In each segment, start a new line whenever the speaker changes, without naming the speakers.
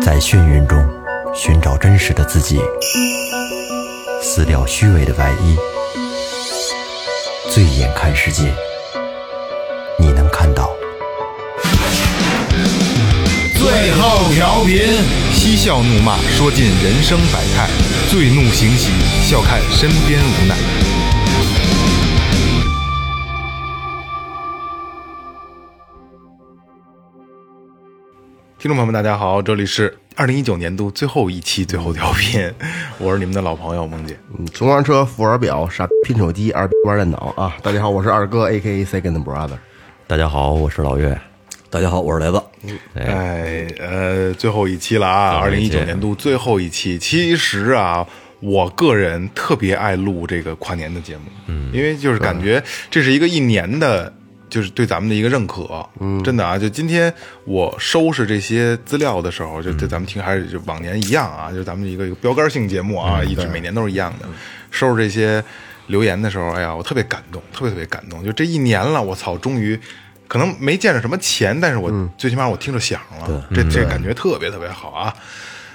在眩晕中寻找真实的自己，撕掉虚伪的外衣，醉眼看世界，你能看到。
最后调频，
嬉笑怒骂，说尽人生百态；醉怒行喜，笑看身边无奈。听众朋友们，大家好，这里是二零一九年度最后一期最后调频，我是你们的老朋友梦姐。
穷玩车，富玩表，傻逼拼手机，二逼玩电脑啊！大家好，我是二哥，A K A Second Brother。
大家好，我是老岳。
大家好，我是雷子。
哎，呃，最后一期了啊，二
最后
零一
一期
九年度最后一期。其实啊，我个人特别爱录这个跨年的节目，嗯，因为就是感觉这是一个一年的，就是对咱们的一个认可。嗯，真的啊，就今天我收拾这些资料的时候，就对咱们听还是就往年一样啊，就是咱们一个一个标杆性节目啊，一直每年都是一样的。收拾这些留言的时候，哎呀，我特别感动，特别特别感动。就这一年了，我操，终于。可能没见着什么钱，但是我、最起码我听着响了，这这感觉特别特别好啊！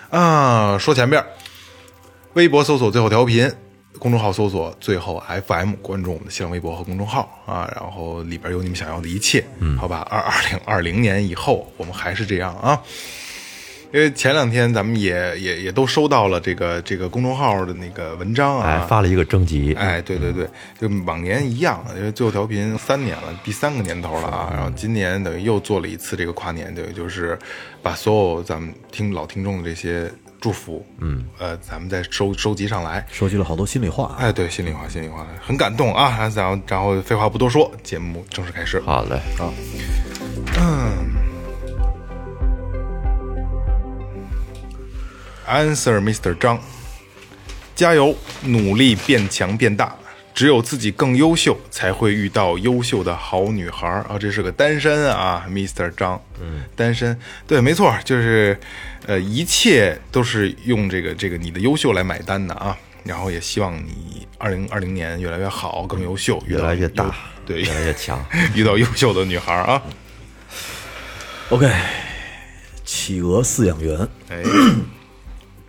啊，说前边儿，微博搜索最后调频，公众号搜索最后 FM，关注我们的新浪微博和公众号啊，然后里边有你们想要的一切，嗯，好吧？二二零二零年以后，我们还是这样啊。因为前两天咱们也也也都收到了这个这个公众号的那个文章啊，
哎，发了一个征集，
哎，对对对，就往年一样，因为最后调频三年了，第三个年头了啊。然后今年等于又做了一次这个跨年，等于就是把所有咱们听老听众的这些祝福，嗯，呃，咱们再收收集上来。
收集了好多心里话啊，
哎，对，心里话，心里话，很感动啊。然后然后然后废话不多说，节目正式开始。
好嘞，
Answer Mr. 张，加油，努力变强变大。只有自己更优秀，才会遇到优秀的好女孩儿啊！这是个单身啊，Mr. 张，嗯，单身，对，没错，就是，呃，一切都是用这个这个你的优秀来买单的啊。然后也希望你二零二零年越来越好，更优秀，
越来越大，
对，
越来越强。
遇到优秀的女孩儿啊。
OK，企鹅饲养员
哎，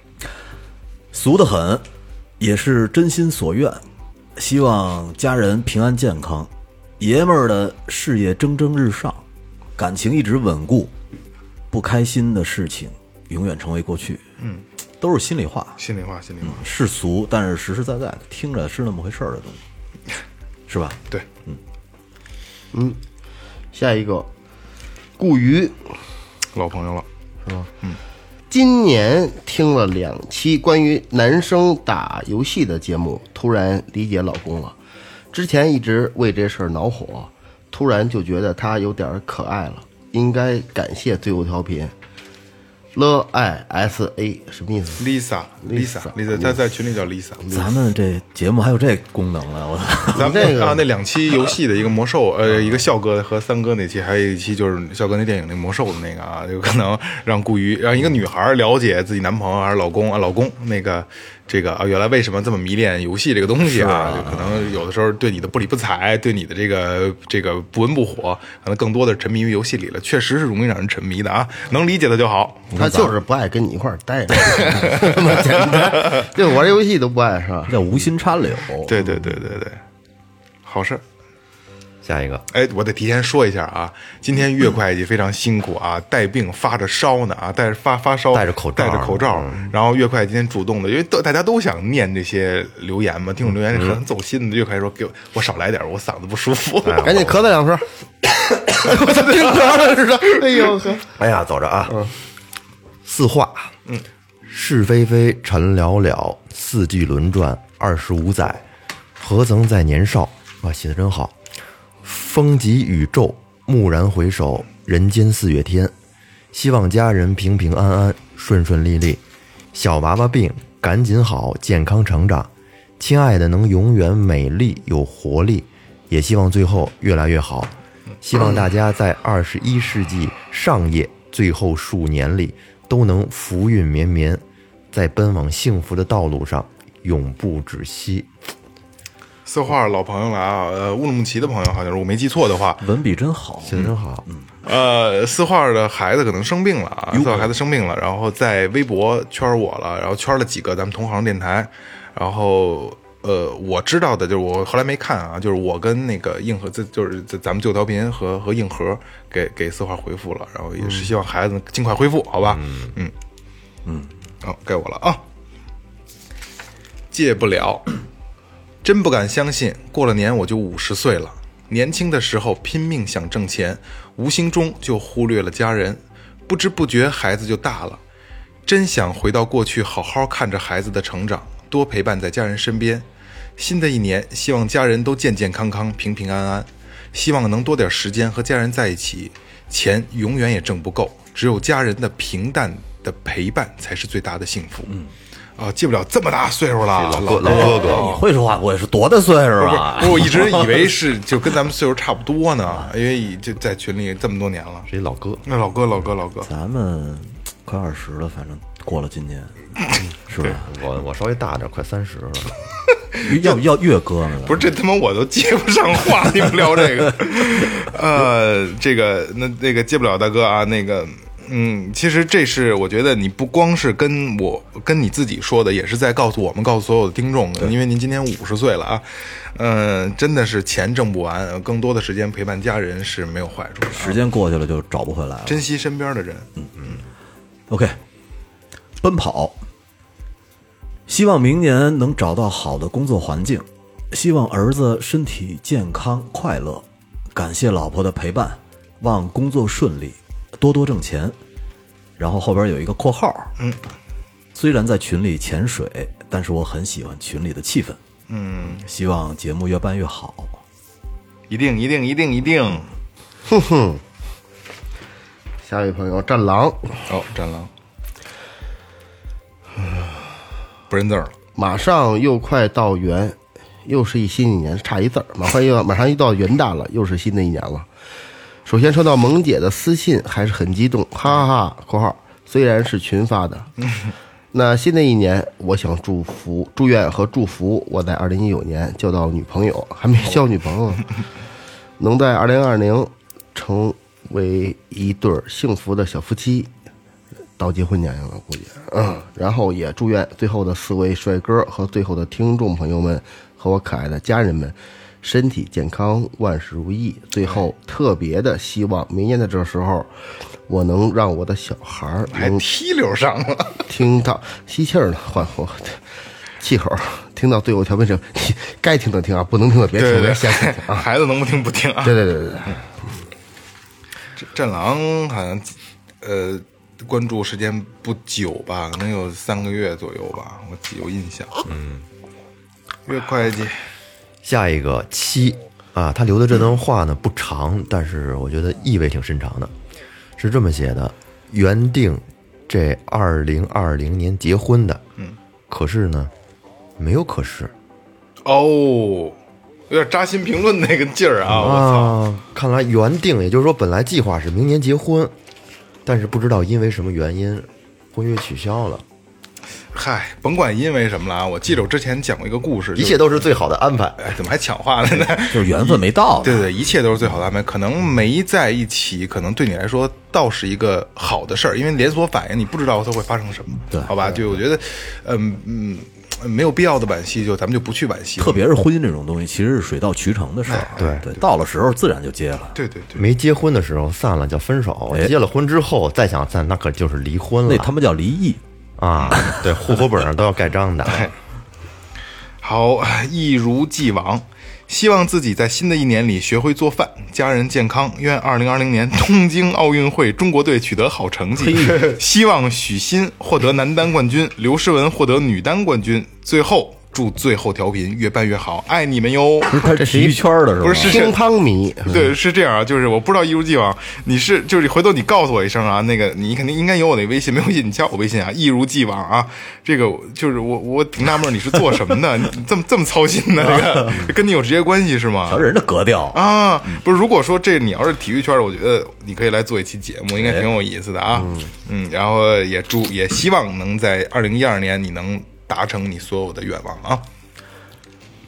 俗得很，也是真心所愿，希望家人平安健康，爷们儿的事业蒸蒸日上，感情一直稳固，不开心的事情永远成为过去。嗯，都是心里话，
心里话，心里话，
是俗，但是实实在在的，听着是那么回事儿的东西，是吧？
对，
下一个，顾鱼，
老朋友了，
今年听了两期关于男生打游戏的节目，突然理解老公了。之前一直为这事儿恼火，突然就觉得他有点儿可爱了，应该感谢最后调频。L I S A 什么意思？Lisa，嗯
Lisa，Lisa，Lisa，她在群里叫 Lisa。
咱们这节目还有这功能呢，我 操！
咱们
这个
啊，那两期游戏的一个魔兽，呃，一个笑哥和三哥那期，还有一期就是笑哥那电影那魔兽的那个啊，有可能让顾鱼让一个女孩了解自己男朋友还是老公啊，老公那个这个啊，原来为什么这么迷恋游戏这个东西啊？就可能有的时候对你的不理不睬，对你的这个这个不温不火，可能更多的沉迷于游戏里了，确实是容易让人沉迷的啊，能理解的就好。
他就是不爱跟你一块儿待着，这么简单，就玩游戏都不爱是吧？
叫无心插柳，
对对对对对，好事儿。
下一个，
哎，我得提前说一下啊，今天岳会计非常辛苦啊，带病发着烧呢啊，带着发发烧，
戴着口罩嗯
戴着口罩。然后岳会计今天主动的，因为都大家都想念这些留言嘛，听众留言是很走心的。岳会计说：“给我我少来点，我嗓子不舒服。
赶紧咳嗽两声，我都听咳了似的。哎呦呵，
哎呀，走着啊，四化，嗯，是非非尘寥寥，四季轮转二十五载，何曾在年少？啊，写的真好。风急宇宙，蓦然回首，人间四月天。希望家人平平安安，顺顺利利。小娃娃病赶紧好，健康成长。亲爱的，能永远美丽有活力，也希望最后越来越好。希望大家在二十一世纪上叶最后数年里，都能福运绵绵，在奔往幸福的道路上永不止息。”
色画老朋友了啊，呃，乌鲁木齐的朋友，好像是我没记错的话，
文笔真好，
写的真好，
呃，四画的孩子可能生病了啊，四画孩子生病了，然后在微博圈我了，然后圈了几个咱们同行电台，然后呃，我知道的就是我后来没看啊，就是我跟那个硬核，这就是这咱们旧调频和和硬核给给四画回复了，然后也是希望孩子尽快恢复，好吧？嗯嗯好，该我了啊，戒不了。真不敢相信，过了年我就五十岁了。年轻的时候拼命想挣钱，无形中就忽略了家人，不知不觉孩子就大了。真想回到过去，好好看着孩子的成长，多陪伴在家人身边。新的一年，希望家人都健健康康、平平安安，希望能多点时间和家人在一起。钱永远也挣不够，只有家人的平淡的陪伴才是最大的幸福。嗯，啊，记不了这么大岁数了，老哥，老哥哥，
你会说话，我是多大岁数
不是
啊
不？是，我一直以为是就跟咱们岁数差不多呢， 因为已就在群里这么多年了。
是一老哥，
那老哥，老哥，老哥，
咱们快二十了，反正过了 今年，是吧？
我我稍微大点，快三十了，
要要越哥们了，
不是这他妈我都接不上话，你们聊这 个，呃，这个那那个接不了，大哥啊，那个。嗯，其实这是我觉得你不光是跟我跟你自己说的，也是在告诉我们，告诉所有的听众的，因为您今年五十岁了啊，嗯、真的是钱挣不完，更多的时间陪伴家人是没有坏处的啊，
时间过去了就找不回来了。
珍惜身边的人，
OK，奔跑。希望明年能找到好的工作环境，希望儿子身体健康快乐，感谢老婆的陪伴，望工作顺利，多多挣钱。然后后边有一个括号，嗯，虽然在群里潜水，但是我很喜欢群里的气氛，嗯，希望节目越办越好。
一定一定一定一定，
下一位朋友战狼
哦，战狼， 不认字儿了。
马上又快到元，又是一新一年，差一字儿，马上又要马上又到元旦了，又是新的一年了。首先收到萌姐的私信，还是很激动，哈哈哈！（括号虽然是群发的，那新的一年，我想祝福、祝愿和祝福我在二零一九年交到女朋友，还没交女朋友呢，能在二零二零成为一对儿幸福的小夫妻，到结婚年龄了，估计。嗯，然后也祝愿最后的四位帅哥和最后的听众朋友们和我可爱的家人们身体健康，万事如意。最后特别的希望明年的这时候，我能让我的小孩儿
还
能
踢溜上了，
听到吸气儿呢，换我气口儿，听到对我调频声，你该听的听啊，不能听的别听，别瞎听啊。
孩子能不听不听啊。
对对对对对，
这战狼好像，呃，关注时间不久吧，可能有三个月左右吧，我有印象。嗯，岳会计，
下一个七啊，他留的这段话呢不长，但是我觉得意味挺深长的，是这么写的：原定这二零二零年结婚的，嗯，可是呢，没有可是
哦，有点扎心评论那个劲儿啊！我操，
啊，看来原定，也就是说本来计划是明年结婚，但是不知道因为什么原因，婚约取消了，
嗨，甭管因为什么了啊，我记得我之前讲过一个故事，
一
就
切都是最好的安排。
哎，怎么还抢话了呢？
就是缘分没到，
对对，一切都是最好的安排。可能没在一起，可能对你来说倒是一个好的事儿，因为连锁反应，你不知道它会发生什么，
对
好吧？就我觉得，嗯嗯，没有必要的惋惜，就咱们就不去惋惜了。
特别是婚姻这种东西，其实是水到渠成的事儿，哎对对，到了时候自然就结了。
对对对，
没结婚的时候散了叫分手，结了婚之后再想散，那可就是离婚了。
那他妈叫离异，
啊，对，户口本上都要盖章的。
好， 一如既往。希望自己在新的一年里学会做饭，家人健康。愿二零二零年东京奥运会中国队取得好成绩。希望许昕获得男单冠军，刘诗雯获得女单冠军。最后祝最后调频越办越好，爱你们哟！
不是他是体育圈的是吧？
不是
乒乓迷，
对，是这样啊，就是我不知道一如既往，你是就是回头你告诉我一声啊，那个你肯定应该有我的微信，没有微信你加我微信啊，一如既往啊，这个就是我我挺纳闷你是做什么的，你这么这么操心呢？这个跟你有直接关系是吗
瞧？人的格调，
啊，不是，如果说这你要是体育圈的，我觉得你可以来做一期节目，应该挺有意思的啊。嗯，然后也祝也希望能在二零一二年你能达成你所有的愿望啊。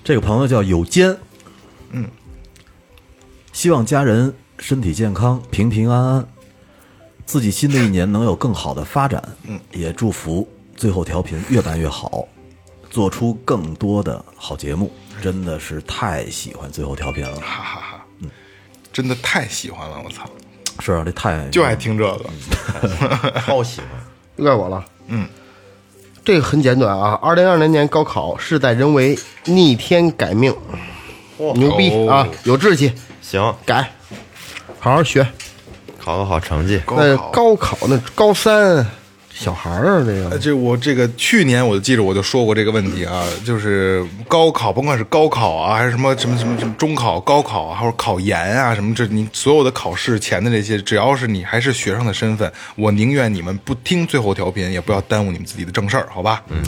这个朋友叫有坚，嗯，希望家人身体健康、平平安安，自己新的一年能有更好的发展。嗯，也祝福最后调频越办越好，做出更多的好节目。真的是太喜欢最后调频了，
哈哈哈，真的太喜欢了，我操，
是啊，这太
就爱听这个，
超喜欢。
又该我了。嗯，这个很简短啊。二零二零年高考事在人为，逆天改命，牛逼
哦
啊！有志气，
行，
改，好好学。
考个好成绩，
高
那
考
高考那高三小孩儿啊，这
呃
个
这我这个去年我就记着我就说过这个问题啊，就是高考，甭管是高考啊，还是什么什么什么什么中考、高考啊，还有考研啊什么这，你所有的考试前的这些，只要是你还是学生的身份，我宁愿你们不听最后调频，也不要耽误你们自己的正事儿，好吧？嗯，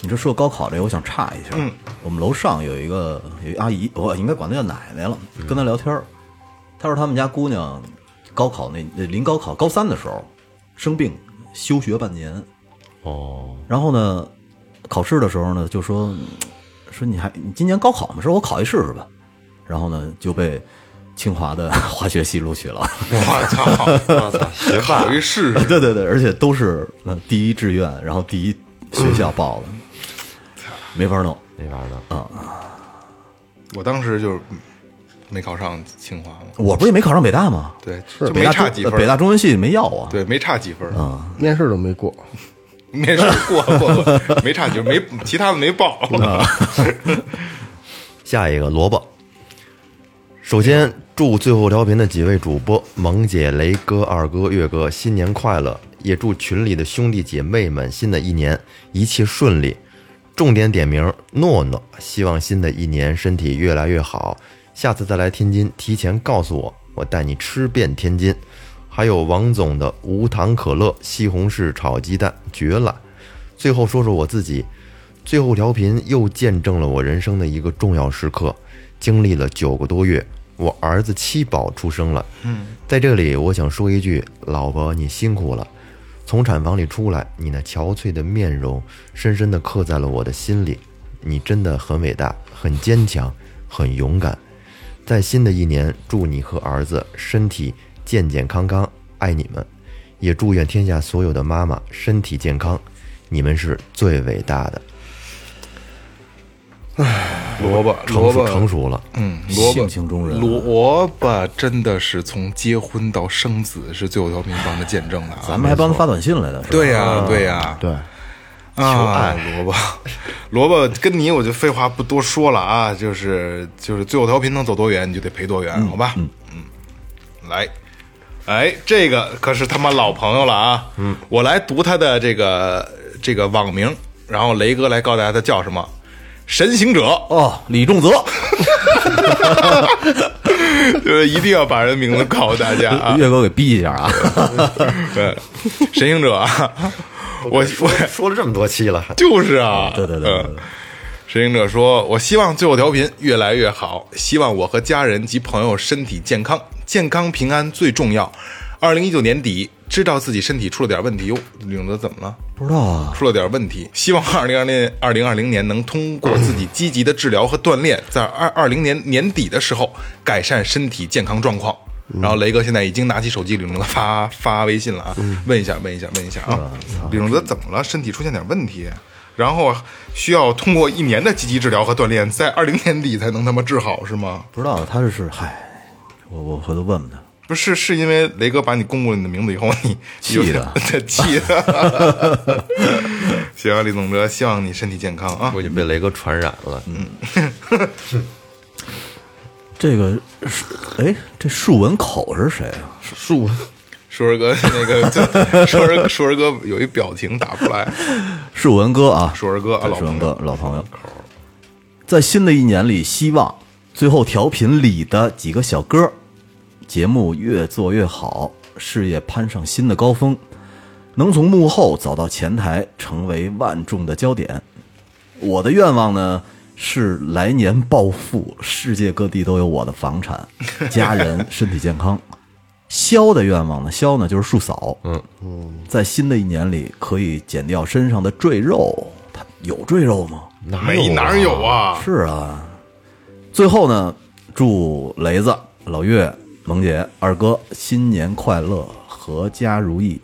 你这说高考这个，我想插一下。嗯，我们楼上有一个有一阿姨，我应该管她叫奶奶了，跟她聊天儿，她说他们家姑娘高考那那临高考高三的时候生病休学半年。哦，然后呢，考试的时候呢就说嗯说你还你今年高考吗？说我考一试试吧。然后呢就被清华的 化学系录取了。
我操，学霸，考一试试，
对对对，而且都是呃第一志愿，然后第一学校报的，没法弄。
那玩意儿
我当时就是没考上清华嘛，
我不是也没考上北大吗？
对，就
北
没
大
差
中
几
呃
分，
北大中文系没要啊。嗯
对，没差几分，
面试都没过，
没事过过过，没差几分，没其他的没报。
啊
下一个萝卜。首先祝最后调频的几位主播萌姐、雷哥、二哥、月哥新年快乐，也祝群里的兄弟姐妹们新的一年一切顺利。重点点名诺诺，希望新的一年身体越来越好。下次再来天津，提前告诉我，我带你吃遍天津。还有王总的无糖可乐、西红柿炒鸡蛋，绝了！最后说说我自己，最后调频又见证了我人生的一个重要时刻，经历了九个多月，我儿子七宝出生了。嗯，在这里我想说一句，老婆你辛苦了。从产房里出来，你那憔悴的面容深深地刻在了我的心里。你真的很伟大，很坚强，很勇敢。在新的一年，祝你和儿子身体健健康康，爱你们，也祝愿天下所有的妈妈身体健康，你们是最伟大的。
萝卜，
成
萝
熟
卜，
成熟了，
嗯，萝卜
性情中人啊
萝卜真的是从结婚到生子是最后调频帮着见证的啊！
咱们还帮他发短信来的，是吧
对呀、对呀、
对，
啊，萝卜， 萝卜，跟你我就废话不多说了啊，就是就是最后调频能走多远你就得陪多远，好吧？嗯嗯来，哎，这个可是他妈老朋友了啊！嗯，我来读他的这个这个网名，然后雷哥来告诉大家他叫什么，神行者。
哦，李仲泽，
就是一定要把人名字告诉大家 啊！
岳哥给逼一下啊！
对，神行者啊，我我
说了这么多期了，
就是啊，
对对对对
嗯神行者说：“我希望最后调频越来越好，希望我和家人及朋友身体健康，健康平安最重要。二零一九年底，知道自己身体出了点问题哟，领子怎么了？
不知道啊，
出了点问题，希望二零二零二零二零年能通过自己积极的治疗和锻炼，在二二零年年底的时候改善身体健康状况。然后雷哥现在已经拿起手机，李荣泽发发微信了啊，问一下，问一下，问一下啊，李荣泽怎么了？身体出现点问题，然后需要通过一年的积极治疗和锻炼，在二零年底才能他妈治好是吗？
不知道他这是嗨，我我回头问问他。
不是，是因为雷哥把你公布了你的名字以后，你
气
有
的
点 气的。行啊，李总哲，希望你身体健康啊！
估计被雷哥传染了。嗯，
这个是哎，这竖文口是谁啊？
数
硕儿哥那个， 就硕儿硕儿哥有一表情打不出来。
竖文哥啊，
硕儿哥啊，
对
老
竖文
朋
哥
友，
老朋友，在新的一年里，希望最后调频里的几个小哥儿节目越做越好，事业攀上新的高峰，能从幕后走到前台，成为万众的焦点。我的愿望呢是来年暴富，世界各地都有我的房产，家人身体健康。 肖的愿望呢，肖呢就是树嫂，嗯嗯，在新的一年里可以减
嗯
掉身上的赘肉，他有赘肉吗？
没哪儿有啊？
是啊，最后呢，祝雷子、老岳、萌姐、二哥新年快乐，阖家如意，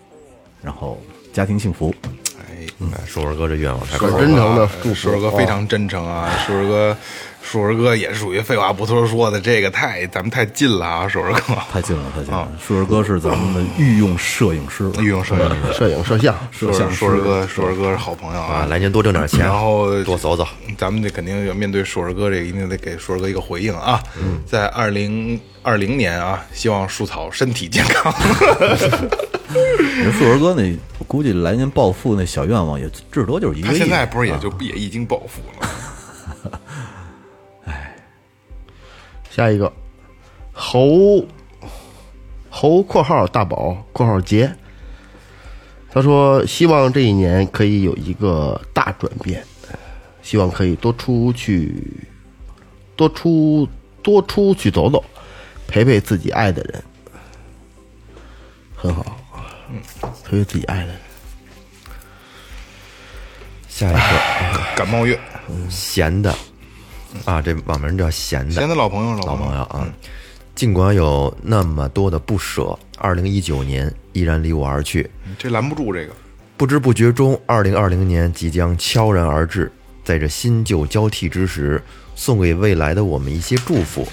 然后家庭幸福。
哎，硕硕哥这愿望太高
很
了。
真诚的祝
叔
福
叔哎哥非常真诚啊，叔叔哥，叔叔哥也是属于废话不多说的，这个太咱们太近了啊，叔叔哥，
太近了，太近了！树儿哥是咱们的御用摄影师，
嗯
御用摄影师，
哦摄影摄像，
叔叔叔叔哥，叔叔哥是好朋友
啊，
啊，
来年多挣点钱，
然后
多走走。
咱们得肯定要面对硕儿哥这个，一定得给硕儿哥一个回应啊！
嗯
在二零二零年啊，希望树草身体健康。
人树儿哥那估计来年暴富那小愿望也至多就是一个
哎
他
亿。
现在不是也就也已经暴富了吗？
下一个，侯侯（括号大宝）（括号杰），他说希望这一年可以有一个大转变，希望可以多出去，多出多出去走走，陪陪自己爱的人，很好，
嗯
陪陪自己爱的人。
下一个
感冒月，
啊闲的啊，这网名叫闲的
现在老朋友了，
老朋友啊。尽管有那么多的不舍，二零一九年依然离我而去。
这拦不住这个。
不知不觉中，二零二零年即将悄然而至。在这新旧交替之时，送给未来的我们一些祝福，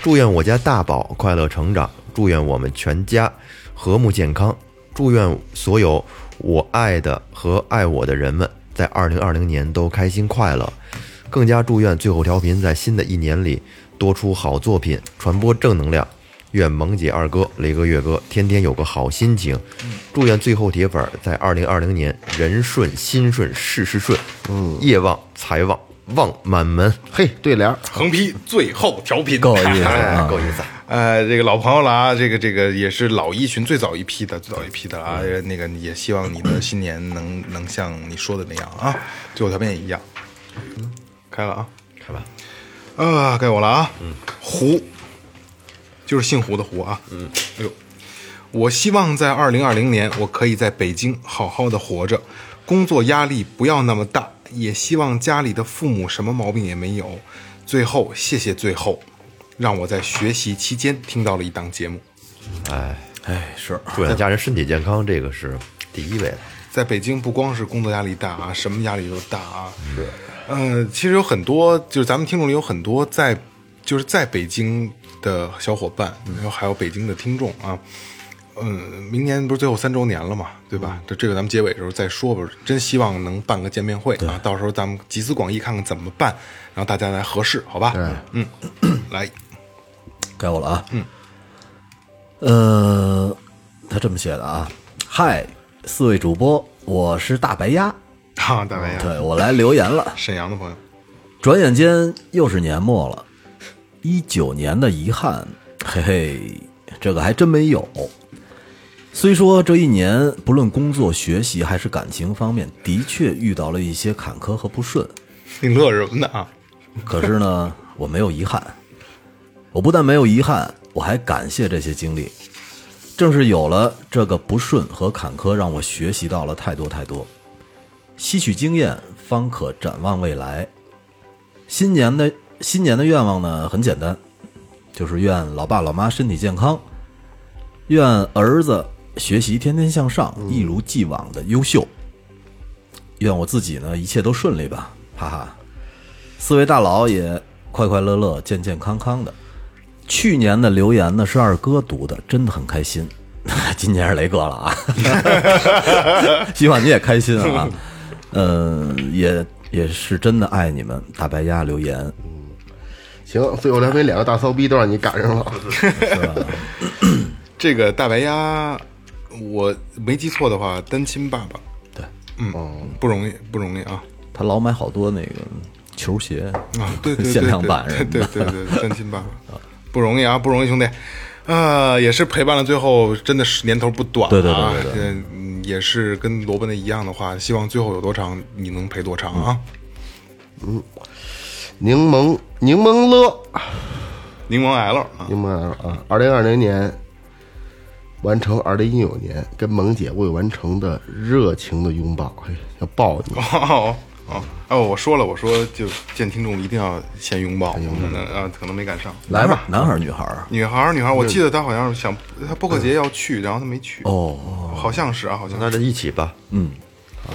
祝愿我家大宝快乐成长，祝愿我们全家和睦健康，祝愿所有我爱的和爱我的人们在二零二零年都开心快乐。更加祝愿最后调频在新的一年里多出好作品，传播正能量。愿萌姐二哥、雷哥、月哥天天有个好心情。祝愿最后铁粉在二零二零年人顺心顺事事顺，嗯，业旺财旺旺满门。
嘿，对联儿
横批最后调频，
够意思
哎，
啊
够意思。
呃，这个老朋友了啊，这个这个也是老一群最早一批的，最早一批的啊。那个也希望你的新年能能像你说的那样啊，最后条件也一样。开了啊，
开吧，
啊，该我了啊。嗯，胡，就是姓胡的胡啊。嗯，哎呦，我希望在二零二零年，我可以在北京好好的活着，工作压力不要那么大，也希望家里的父母什么毛病也没有。最后，谢谢最后，让我在学习期间听到了一档节目。
哎，是
祝愿家人身体健康，这个是第一位的。
在北京不光是工作压力大啊，什么压力都大啊。是，呃，其实有很多，就是咱们听众里有很多在，就是在北京的小伙伴，然后还有北京的听众啊。嗯，明年不是最后三周年了嘛，对吧？这这个咱们结尾的时候再说吧。真希望能办个见面会啊，到时候咱们集思广益，看看怎么办，然后大家来合适，好吧？嗯，来，
该我了啊。嗯。呃，他这么写的啊，嗨，四位主播，我是大白鸭，
哈，啊大白牙，
对我来留言了。
沈阳的朋友，
转眼间又是年末了，一九年的遗憾，嘿嘿，这个还真没有。虽说这一年不论工作、学习还是感情方面，的确遇到了一些坎坷和不顺，
你乐什么呢啊？
可是呢，我没有遗憾。我不但没有遗憾，我还感谢这些经历。正是有了这个不顺和坎坷，让我学习到了太多太多，吸取经验，方可展望未来。新年的新年的愿望呢，很简单，就是愿老爸老妈身体健康，愿儿子学习天天向上，一如既往的优秀。愿我自己呢，一切都顺利吧，哈哈。四位大佬也快快乐乐、健健康康的。去年的留言呢是二哥读的，真的很开心。 今年是雷哥了啊， 希望你也开心啊。呃，也也是真的爱你们，大白鸭留言。
行，最后两篇两个大骚逼都让你赶上了。
这个大白鸭，我没记错的话，单亲爸爸，
对哦
嗯，不容易，不容易啊！
他老买好多那个球鞋
啊，对对对，
限量版
对
什么的
对对对， 对单亲爸爸不容易啊，不容易，兄弟，啊，也是陪伴了最后，真的是年头不短啊，
对对对对
嗯，也是跟罗伯那一样的话，希望最后有多长你能陪多长啊！
嗯
柠檬柠檬乐。
柠檬 L 啊，
哎
明白了啊！二零二零年完成二零一九
哎
年跟萌姐未完成的热情的拥抱，嘿，要抱你，
哦，啊。哦，我说了，我说就见听众一定要先拥抱，我可能啊可能没赶上。
来吧，
男孩儿女孩儿啊？
女孩儿，女孩儿，我记得她好像是想她播客节要去，然后她没去，
哦，
好像是啊，好像
那
是。
就一起吧。嗯，好。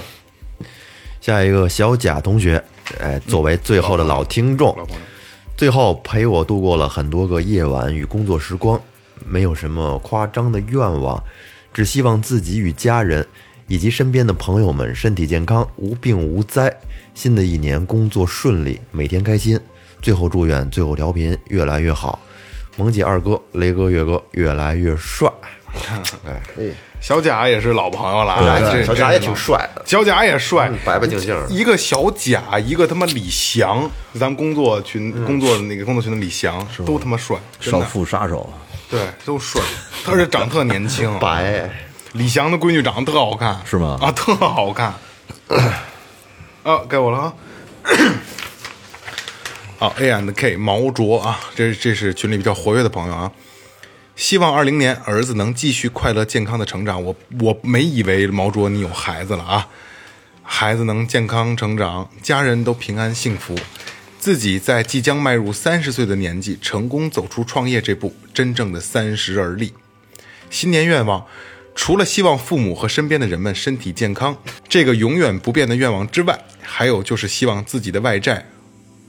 下一个小贾同学，哎，作为最后的老听众，
老朋友，
最后陪我度过了很多个夜晚与工作时光，没有什么夸张的愿望，只希望自己与家人以及身边的朋友们身体健康，无病无灾。新的一年工作顺利，每天开心。最后祝愿最后调频越来越好，萌姐二哥、雷哥、月哥越来越帅。
小贾也是老朋友了啊，这
小贾也挺帅的，嗯
小贾也帅，
白白净净的。
一个小贾，一个他妈李翔，咱们工作群、
嗯
工作那个工作群的李翔，都他妈帅，真
少
的，啊
妇杀手，
对，都帅，而且长特年轻，啊
白，
李翔的闺女长得特好看，
是吗
啊，特好 看。啊，该我了啊。 啊，A and K 毛卓啊，这这是群里比较活跃的朋友啊。希望二零年儿子能继续快乐健康的成长。我我没以为毛卓你有孩子了啊，孩子能健康成长，家人都平安幸福，自己在即将迈入三十岁的年纪，成功走出创业这步，真正的三十而立。新年愿望，除了希望父母和身边的人们身体健康这个永远不变的愿望之外，还有就是希望自己的外债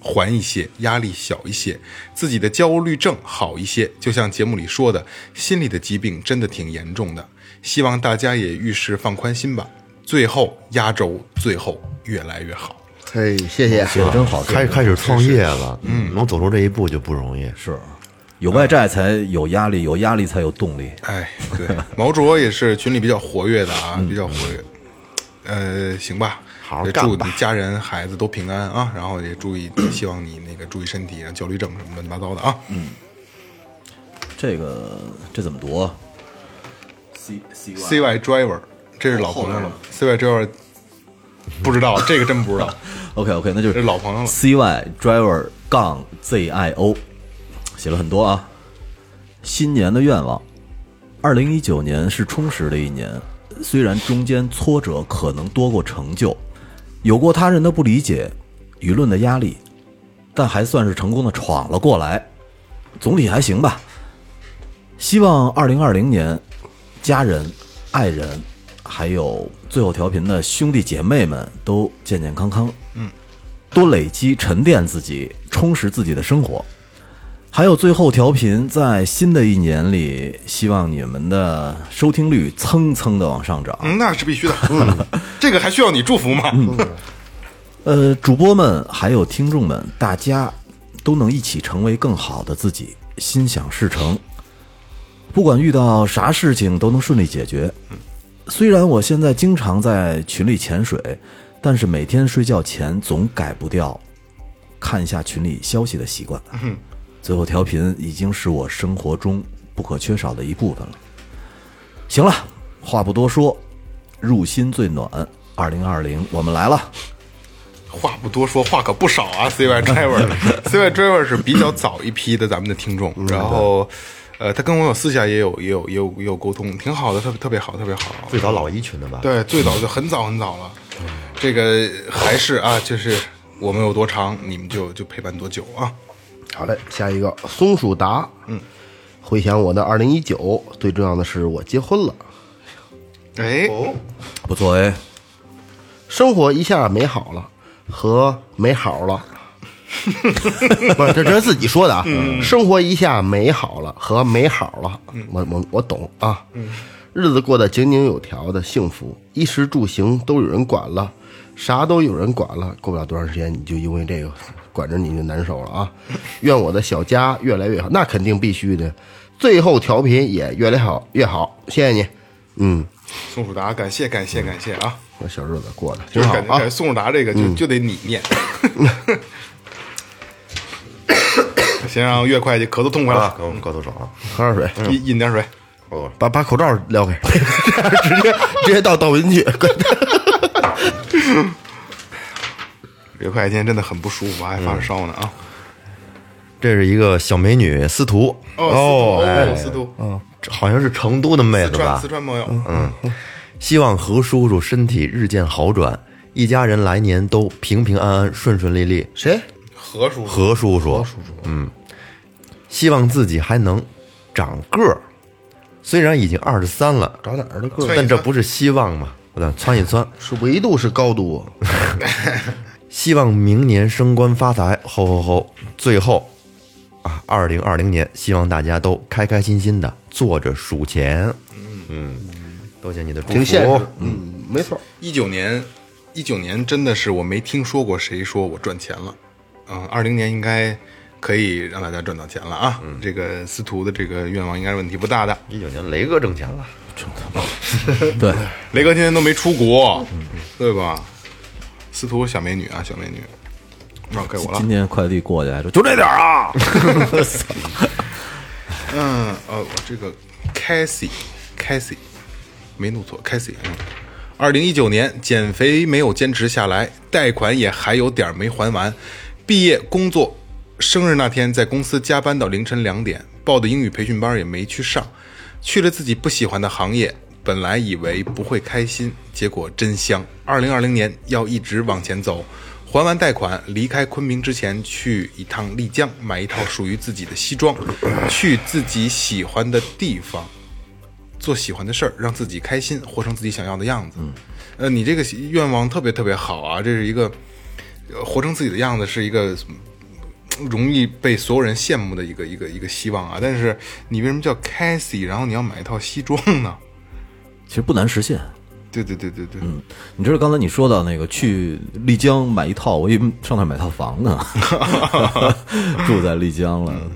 还一些，压力小一些，自己的焦虑症好一些。就像节目里说的，心理的疾病真的挺严重的，希望大家也遇事放宽心吧。最后压轴，最后越来越好。
嘿，谢谢，
写的真好，
开开始创业了，嗯，能走出这一步就不容易。
是有外债才有压力，有压力才有动力。
哎，对，毛卓也是群里比较活跃的啊，比较活跃。呃，行吧，
嗯好好
也
干
祝
吧
你家人孩子都平安啊，然后也注意，希望你那个注意身体，啊然后焦虑症什么乱七八糟的啊。
嗯
这个这怎么读啊？C C
C Y Driver，这是老朋友了，C Y Driver 不知道，这个真不 知道，
OK OK，那就
这
是
是老朋友了
CY Driver 杠 ZIO，写了很多啊。新年的愿望，二零一九年是充实的一年，虽然中间挫折可能多过成就，有过他人的不理解、舆论的压力，但还算是成功的闯了过来，总体还行吧。希望二零二零年，家人、爱人，还有最后调频的兄弟姐妹们都健健康康，多累积沉淀自己，充实自己的生活。还有最后调频，在新的一年里，希望你们的收听率蹭蹭的往上涨。
嗯，那是必须的，
嗯
这个还需要你祝福吗？
呃，主播们还有听众们，大家都能一起成为更好的自己，心想事成。不管遇到啥事情都能顺利解决。虽然我现在经常在群里潜水，但是每天睡觉前总改不掉看一下群里消息的习惯。最后调频已经是我生活中不可缺少的一部分了。行了，话不多说，入心最暖。二零二零，我们来了。
话不多说，话可不少啊！C Y Driver，C Y Driver 是比较早一批的咱们的听
嗯
众，然后，呃，他跟我有私下也有也有也有也有沟通，挺好的，特别特别好，特别好。
最早老一群的吧，
嗯
对，最早就很早很早了，这个还是啊，就是我们有多长，你们就就陪伴多久啊。
好嘞，下一个松鼠达，嗯，回想我的二零一九，最重要的是我结婚了，
哎，
哦
不错哎，
生活一下美好了和没好了， 不是这这是自己说的啊，
嗯
生活一下美好了和没好了，我我我懂啊，日子过得井井有条的幸福，衣食住行都有人管了，啥都有人管了，过不了多长时间你就因为这个管着你就难受了啊，愿我的小家越来越好，那肯定必须的，最后调频也越来越好越好，谢谢你，嗯，
宋楚达，感谢感谢感谢啊！
这小日子过得
就
嗯挺
是
好
感觉感
啊
觉。宋楚达这个就就得你 念。 先让岳会计咳嗽痛快
啊，
了，
给我咳嗽爽啊，哦
喝点水，
饮饮点水。
把把口罩撩开，直接直接到倒云去。
岳会计今天真的很不舒服，还发着烧呢啊！
这是一个小美女司徒
哦，
哎
司徒，
这好像是成都的妹
四
子
川
吧
四？川朋友，嗯，
希望何叔叔身体日渐好转，一家人来年都平平安安、顺顺利利。
谁？
何叔
何叔叔，嗯，希望自己还能长个儿。虽然已经二十三了，
找哪儿的个儿？
窜一窜
但这不是希望嘛？我得窜一窜。
是维度是高度啊，
希望明年升官发财，吼吼吼！最后啊，二零二零年，希望大家都开开心心的坐着数钱。嗯多谢你的祝
挺现
福
实。。嗯，没错。
一九年，一九年真的是我没听说过谁说我赚钱了，嗯，二零年应该可以让大家赚到钱了啊，这个司徒的这个愿望应该问题不大的。
一九年雷哥挣钱了，
嗯
对，
雷哥今天都没出国，对吧？司徒小美女啊，小美女，那、该我了
今。天快递过去还说就这点儿啊，
嗯，呃，我这个 Cassie，Cassie 没弄错，Cassie。嗯，二零一九年减肥没有坚持下来，贷款也还有点儿没还完，毕业工作，生日那天在公司加班到凌晨两点，报的英语培训班也没去上，去了自己不喜欢的行业。本来以为不会开心，结果真香。二零二零年要一直往前走，还完贷款，离开昆明之前，去一趟丽江买一套属于自己的西装，去自己喜欢的地方，做喜欢的事儿，让自己开心，活成自己想要的样子。呃，你这个愿望特别特别好啊，这是一个呃活成自己的样子，是一个嗯容易被所有人羡慕的一个一个一个希望啊。但是你为什么叫 Cassie，然后你要买一套西装呢？
其实不难实现。嗯
对对对对对，
你知道刚才你说到那个去丽江买一套，我以为上那儿买套 房呢，住在丽江了。
嗯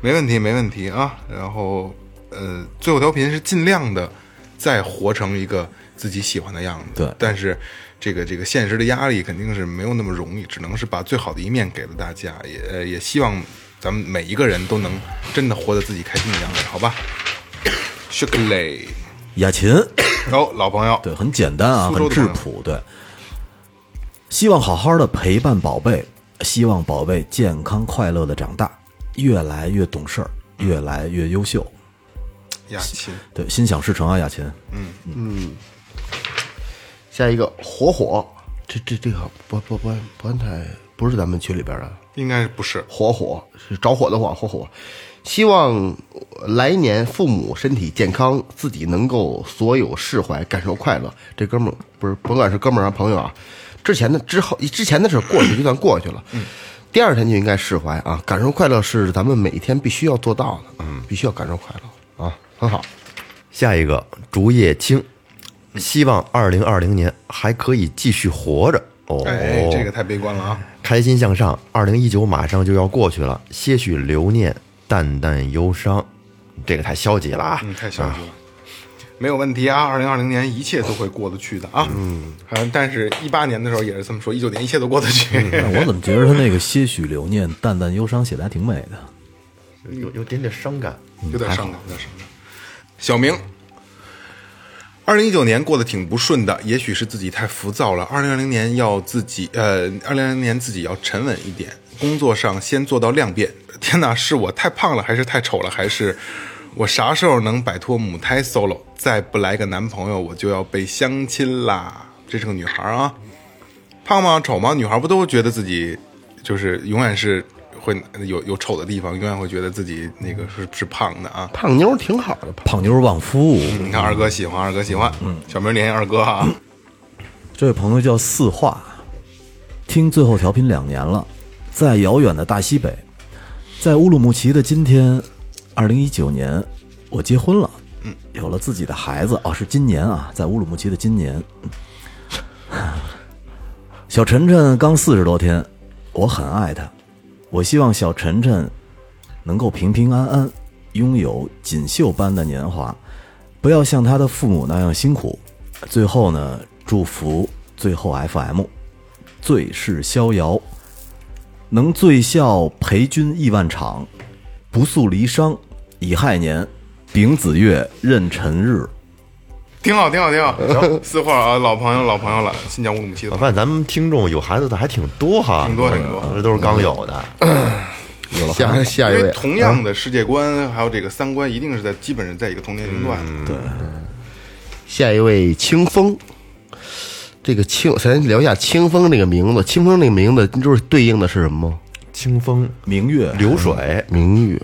没问题，没问题啊。然后，呃，最后调频是尽量的再活成一个自己喜欢的样子。
对
但是这个这个现实的压力肯定是没有那么容易，只能是把最好的一面给了大家。也呃也希望咱们每一个人都能真的活得自己开心的样子， 好吧 s h u k l e
雅琴，
哦，老朋友，
对，很简单啊，
苏州
很
的
质
朋友
朴，对。希望好好的陪伴宝贝，希望宝贝健康快乐的长大，越来越懂事儿，
嗯
越来越优秀。
雅琴，
对，心想事成啊，雅琴。
下一个火火，这这这个不不不不太不是咱们群里边的
应该不是
哦
火火是着火的火火火，希望来年父母身体健康，自己能够所有释怀，感受快乐。这哥们儿不是甭管是哥们儿还是朋友啊，之前的之后之前的事过去就算过去了，
嗯
第二天就应该释怀啊，感受快乐是咱们每一天必须要做到的，嗯，必须要感受快乐啊，很好。
下一个竹叶青，希望二零二零年还可以继续活着。哦，
哎，这个太悲观了啊！
开心向上。二零一九马上就要过去了，些许留念，淡淡忧伤。这个太消极了啊！
嗯，太消极了。没有问题啊，二零二零年一切都会过得去的啊。嗯，正但是一八年的时候也是这么说，一九年一切都过得去。
但我怎么觉得他那个些许留念、淡淡忧伤写的还挺美的？
嗯有有点点伤感。
有点伤感，有点伤感。小明，二零一九年过得挺不顺的，也许是自己太浮躁了。二零二零年要自己，呃，二零二零年自己要沉稳一点，工作上先做到量变。天哪，是我太胖了，还是太丑了，还是我啥时候能摆脱母胎 solo？再不来个男朋友，我就要被相亲啦！这是个女孩啊，胖吗？丑吗？女孩不都觉得自己就是永远是会有有丑的地方，永远会觉得自己那个是是胖的啊。
胖妞儿挺好的，
胖妞儿旺夫，
你看二哥喜欢，二哥喜欢，小明联系二哥啊。
这位朋友叫四化，听最后调频两年了，在遥远的大西北，在乌鲁木齐的今天，二零一九年，我结婚了，嗯，有了自己的孩子啊，是今年啊，在乌鲁木齐的今年，嗯小晨晨刚四十多天，我很爱他，我希望小晨晨能够平平安安，拥有锦绣般的年华，不要像他的父母那样辛苦。最后呢，祝福最后 FM，最是逍遥，能醉笑陪君亿万场，不诉离殇，乙亥年，丙子月壬辰日。
挺好，挺好，挺好。四画啊，老朋友，老朋友了，新疆乌鲁木齐的
我
朋友。
发现咱们听众有孩子的还挺多哈，
挺多挺多嗯
啊这都是刚有的。
下下一
因为
位，
同样的世界观，还有这个三观，一定是在基本上在一个同年龄段。对，
下一位清风，这个清，咱聊一下清风这个名字。清风这个名字，你知道对应的是什么吗？
清风
明月
流水，
嗯
明月，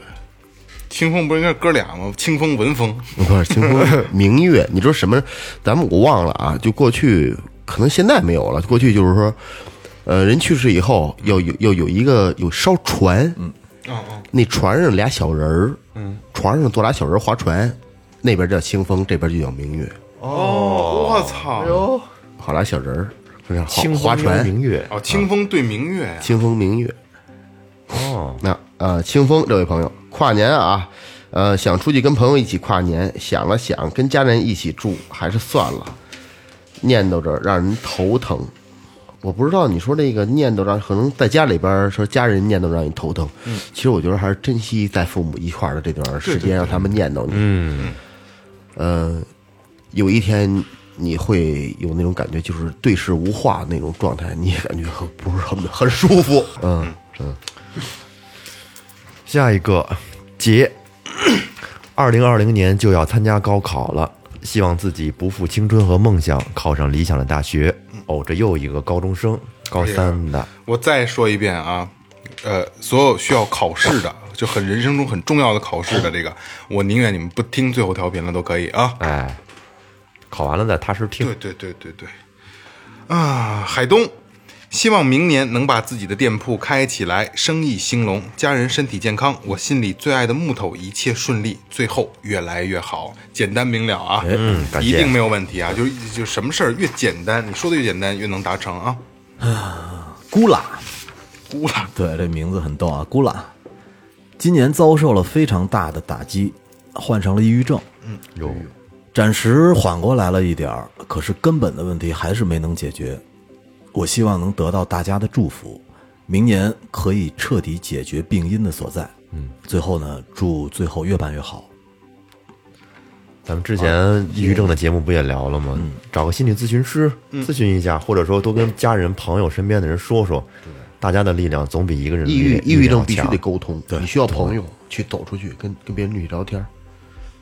清风不是应该是哥俩吗？清风文风，
不是清风，明月。你知道什么？ 咱们我忘了啊，就过去可能现在没有了。过去就是说，呃，人去世以后，要有要有一个有烧船，嗯，
哦
那船上俩小人儿，嗯，船上坐俩小人儿划船，那边叫清风，这边就叫明月，
哦，我操，
好俩小人儿，就这样划
清
划
风
船，
明月，
哦，清风对明月呀，
清风明月。
哦，
那呃，清风这位朋友，跨年啊，呃，想出去跟朋友一起跨年，想了想，跟家人一起住还是算了，念叨着让人头疼。我不知道你说这个念叨着，可能在家里边儿说家人念叨让你头疼，其实我觉得还是珍惜在父母一块儿的这段时间，让他们念叨你。嗯，呃，有一天你会有那种感觉，就是对视无话那种状态，你也感觉很不是很很舒服。嗯，
下一个杰，二零二零年就要参加高考了，希望自己不负青春和梦想，考上理想的大学。哦，这又一个高中生，高三的，
我再说一遍啊，呃，所有需要考试的，就很人生中很重要的考试的这个，我宁愿你们不听最后调频了都可以啊。
哎，考完了再踏实听
对。对对对对，啊，海东，希望明年能把自己的店铺开起来，生意兴隆，家人身体健康，我心里最爱的木头一切顺利，最后越来越好，简单明了啊，嗯
感谢
一定没有问题啊，就是就什么事儿越简单，你说的越简单越能达成啊。
孤啦。
估了，
对，这名字很逗啊，古拉。今年遭受了非常大的打击，患上了抑郁症。嗯，
哟，
暂时缓过来了一点儿，可是根本的问题还是没能解决。我希望能得到大家的祝福，明年可以彻底解决病因的所在。嗯，最后呢，祝最后越办越好。
咱们之前抑郁症的节目不也聊了
嗯
吗？找个心理咨询师咨询一下，或者说多跟家人、朋友、身边的人说说，大家的力量总比一个人的
抑郁
力
抑郁症
力
必须
量
得
强
沟通，你需要朋友去走出去，跟跟别人去聊天儿，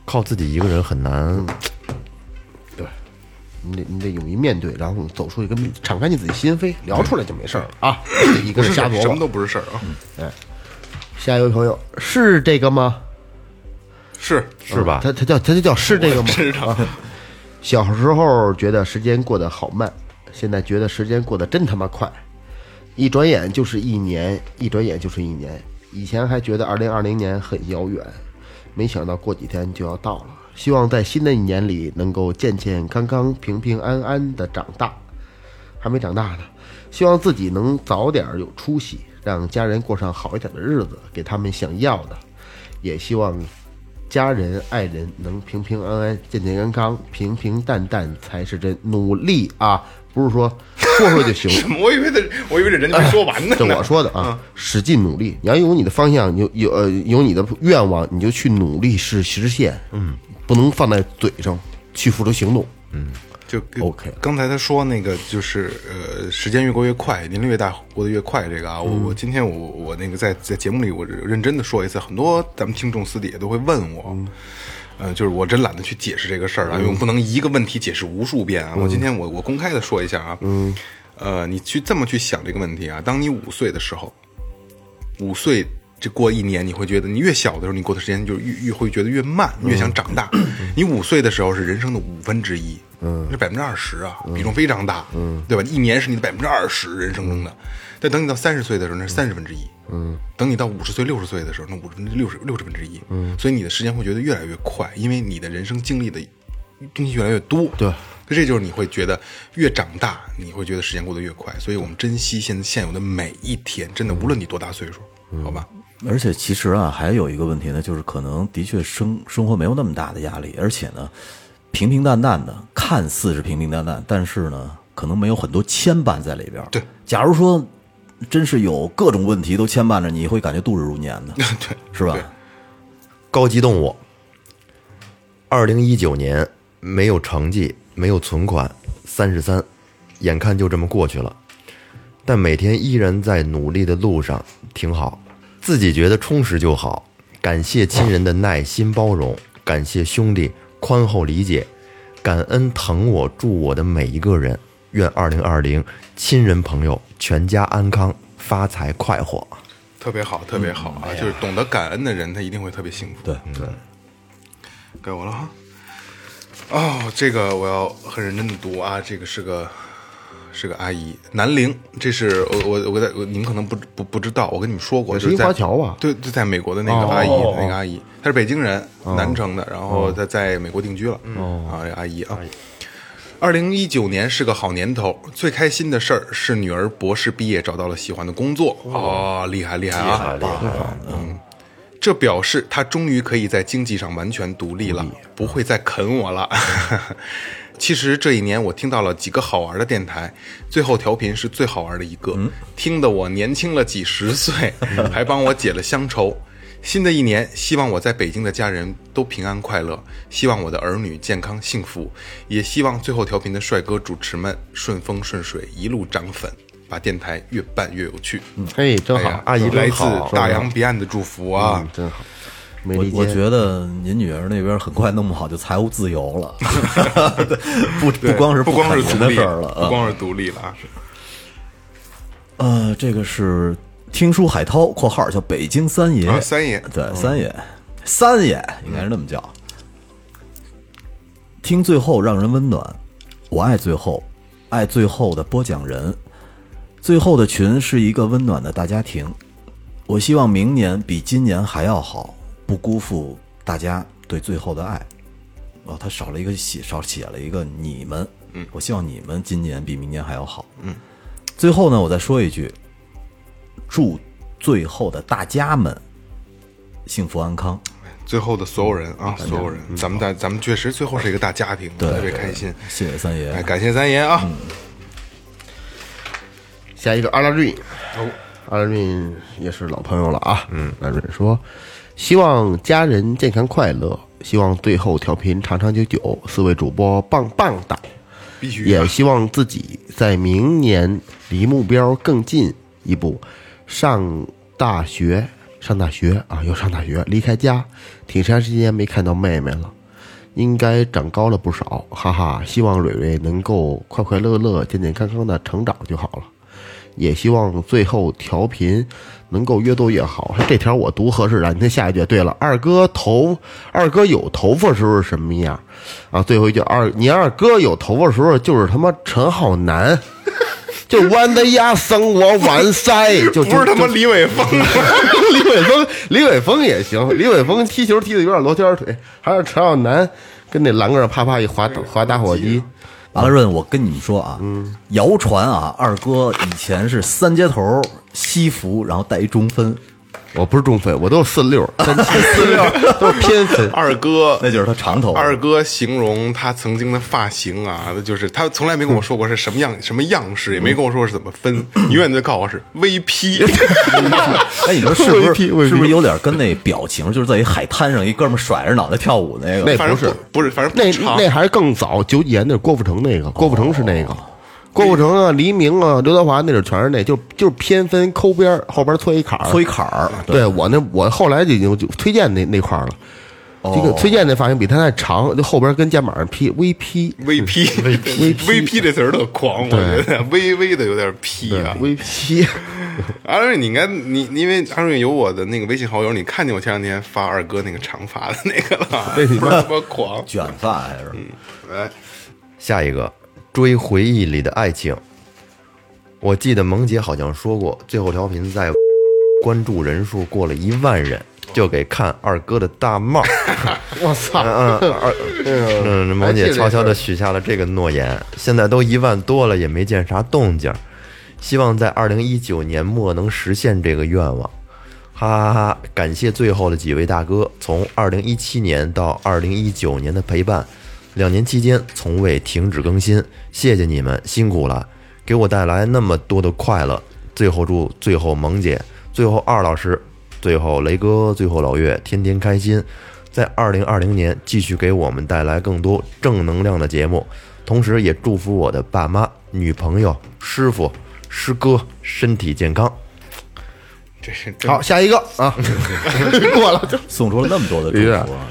靠自己一个人很
嗯
难。
你得你得勇于面对，然后走出去跟敞开你自己心扉，聊出来就没事儿了啊。一
不
个
是事
人瞎
儿什么
琢磨。
都不是事儿啊，
下一位朋友是这个吗？
是
是吧？
嗯他他叫他就叫是这个吗？
知道。
小时候觉得时间过得好慢，现在觉得时间过得真他妈快，一转眼就是一年，一转眼就是一年。以前还觉得二零二零年很遥远，没想到过几天就要到了。希望在新的一年里能够健健康康、平平安安的长大。还没长大呢，希望自己能早点有出息，让家人过上好一点的日子，给他们想要的，也希望家人、爱人能平平安安、健健康康、平平淡淡才是真。努力啊，不是说说说就行。
我以为这，我以为这人家没说完呢。
这我说的
嗯
啊，使劲努力。你要有你的方向，有有呃有你的愿望，你就去努力实实现。嗯，不能放在嘴上，去付出行动。
嗯就跟
OK 了
刚才他说那个就是呃，时间越过越快，年龄越大过得越快。这个啊，我、我今天我我那个在在节目里我认真的说一次，很多咱们听众私底下都会问我。呃，就是我真懒得去解释这个事儿啊，因为我不能一个问题解释无数遍啊。我今天我我公开的说一下啊，嗯，呃，你去这么去想这个问题啊，当你五岁的时候，五岁这过一年，你会觉得你越小的时候，你过的时间就越越会觉得越慢，越想长大。你五岁的时候是人生的五分之一，嗯，是百分之二十啊，比重非常大，嗯，对吧？一年是你的百分之二十人生中的。但等你到三十岁的时候，那是三十分之一，嗯，等你到五十岁、六十岁的时候，那五十分之六十六十分之一，嗯，所以你的时间会觉得越来越快，因为你的人生经历的东西越来越多，对。这就是你会觉得越长大，你会觉得时间过得越快，所以我们珍惜现现有的每一天，真的，无论你多大岁数，好吧？
而且其实啊，还有一个问题呢，就是可能的确生生活没有那么大的压力，而且呢，平平淡淡的，看似是平平淡淡，但是呢，可能没有很多牵绊在里边。
对，
假如说真是有各种问题都牵绊着你，会感觉度日如年 的，
对，
是吧？
高级动物。二零一九年没有成绩，没有存款，三十三，眼看就这么过去了，但每天依然在努力的路上，挺好，自己觉得充实就好。感谢亲人的耐心包容，感谢兄弟宽厚理解，感恩疼我助我的每一个人，愿二零二零亲人朋友全家安康，发财快活。
特别好，特别好啊！就是懂得感恩的人，他一定会特别幸福。
对对，
该我了哈。哦，这个我要很认真的读啊，这个是个是个阿姨，南陵，这是我我我给大我你们可能不不不知道，我跟你们说过，
也
就是是
一
在
华侨吧
对，就在美国的那个阿姨，那个阿姨，她是北京人，南城的，然后她在美国定居了，啊，这哦个阿姨啊。二零一九年是个好年头，最开心的事儿是女儿博士毕业，找到了喜欢的工作。哦，厉害厉害啊！这表示他终于可以在经济上完全独立了，不会再啃我了。 其实这一年我听到了几个好玩的电台，最后调频是最好玩的一个，听得我年轻了几十岁， 还帮我解了乡愁。新的一年，希望我在北京的家人都平安快乐，希望我的儿女健康幸福，也希望最后调频的帅哥主持们顺风顺水，一路涨粉，把电台越办越有趣。
哎，真
哎
好，
呀
阿姨真
来自
好
大洋彼岸的祝福啊！
嗯真好，没
我
理解。
我觉得您女儿那边很快弄不好就财务自由了， 不
对
不光是
不光是
不可
独
能的
立
事儿了
不
啊。
光是独立了啊，
呃，这个是听书海涛（括号叫北京三爷）
啊三爷
对三爷、三爷应该是那么叫。听最后让人温暖，我爱最后，爱最后的播讲人，最后的群是一个温暖的大家庭。我希望明年比今年还要好，不辜负大家对最后的爱。哦，他少了一个写，少写了一个你们。嗯，我希望你们今年比明年还要好。嗯，最后呢，我再说一句，祝最后的大家们幸福安康。
最后的所有人啊，所有人，咱们大咱们确实最后是一个大家庭，
对，嗯
特别开心。
谢谢三
哎，
爷。
感谢三爷啊！
下一个阿拉瑞，阿拉瑞也是老朋友了啊。嗯，阿拉瑞说，希望家人健康快乐，希望最后调频长长久久，四位主播棒棒哒。
必须啊
也希望自己在明年离目标更近一步，上大学，上大学啊，又上大学，离开家，挺长时间没看到妹妹了，应该长高了不少，哈哈！希望蕊蕊能够快快乐乐、健健康康的成长就好了。也希望最后调频能够越做越好。这条我读合适啊，你看下一句。对了，二哥头，二哥有头发时候是什么样？啊，最后一句二，你二哥有头发时候就是他妈陈浩南， 就弯的压生活完塞，就
不是他妈李伟 峰，
李伟峰，李伟峰也行。李伟峰踢球踢的有点罗圈腿，还是陈浩南跟那栏杆啪啪一
哎
滑滑打火
啊
机，
阿拉润，我跟你们说啊，谣传啊，二哥以前是三接头西服，然后带一中分，
我不是中分，我都是四六，三七四六都是偏 分。
二哥，
那就是他长头。
二哥形容他曾经的发型啊，那就是他从来没跟我说过是什么样什么样式，也没跟我说是怎么分， 永远就告诉我是 VP。
哎，你说是不
未必
是？
未必
是不是有点跟那表情，就是在一海滩上，一哥们甩着脑袋跳舞那个？
那
反
不
正
是
不不是，反正
那
不长
那还是更早，九几年那是郭富城那个，郭富城是那
哦
个，郭富城啊、黎明啊、刘德华那阵儿全是那，就就是偏分抠边儿后边搓一坎儿，
搓一坎儿，
对我那我后来就已经就崔健那那块儿了，这个崔健那发型比他那长，就后边跟肩膀上披微披，
VP VP 这词儿特狂，我觉得微微的有点 P 啊。
微披，
阿瑞，你应该你你因为阿瑞有我的那个微信好友，你看见我前两天发二哥那个长发的那个 了，不是他妈狂。
卷发还是？
哎，
下一个，追回忆里的爱情。我记得萌姐好像说过，最后调频在关注人数过了一万人，就给看二哥的大帽。
我操！
嗯，嗯二嗯，萌姐悄悄的许下了这个诺言。现在都一万多了，也没见啥动静儿，希望在二零一九年末能实现这个愿望。哈哈哈哈！感谢最后的几位大哥，从二零一七年到二零一九年的陪伴，两年期间从未停止更新，谢谢你们辛苦了，给我带来那么多的快乐。最后祝最后萌姐，最后二老师，最后雷哥，最后老岳天天开心，在二零二零年继续给我们带来更多正能量的节目，同时也祝福我的爸妈、女朋友、师傅、师哥身体健康。
这是
好，下一个啊，过了就
送出了那么多的祝
有点
福啊，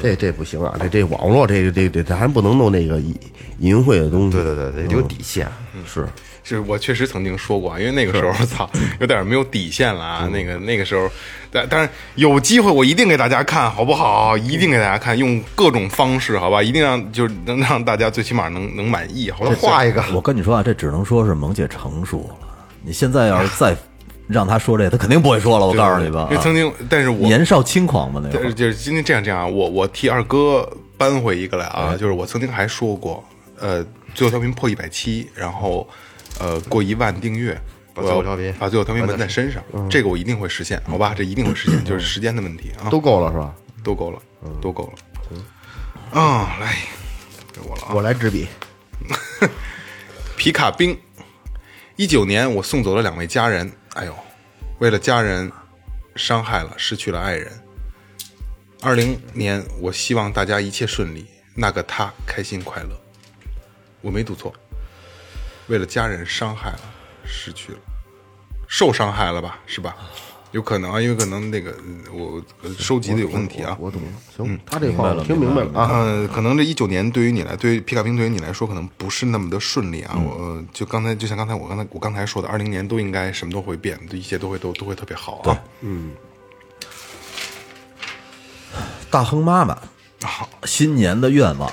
这这不行啊，这这网络这个这这咱不能弄那个淫淫秽的东西。
对对对，得有底线。啊
是
是我确实曾经说过啊，因为那个时候操，有点没有底线了
嗯
啊。那个那个时候，但但是有机会我一定给大家看好不好？一定给大家看，用各种方式好吧，一定让就是能让大家最起码能能满意。好了，
画一个，
我跟你说啊，这只能说是萌姐成熟了。你现在要是再让她说这，她肯定不会说了。我告诉你吧，
因为曾经，但是我
年少轻狂嘛，那会
但是
儿
呃
嗯
就是今天这样这样啊，我我替二哥扳回一个来
哎
啊，就是我曾经还说过，呃，最后调频破一百七，然后呃过一万订阅，
把
我
最后
要
调频
把最后调频纹在身上，
嗯
这个我一定会实现，好吧？这一定会实现，就是时间的问题啊，
都够了是吧？
都够了，
嗯
都够了。啊，来，给我了啊。
我来执笔，
皮卡兵。一九年，我送走了两位家人，哎呦，为了家人伤害了，失去了爱人。二零年，我希望大家一切顺利，那个他开心快乐。我没读错，为了家人伤害了，失去了，受伤害了吧？是吧？有可能啊，因为可能那个嗯我呃收集的有问题啊。
我懂了。行，他这话我听明白了啊。
呃，可能这一九年对于你来，对于皮卡兵对于你来说，可能不是那么的顺利啊。
嗯
我呃就刚才，就像刚才我刚才我刚才说的，二零年都应该什么都会变，一切都会都都会特别好啊。
大亨妈妈新年的愿望，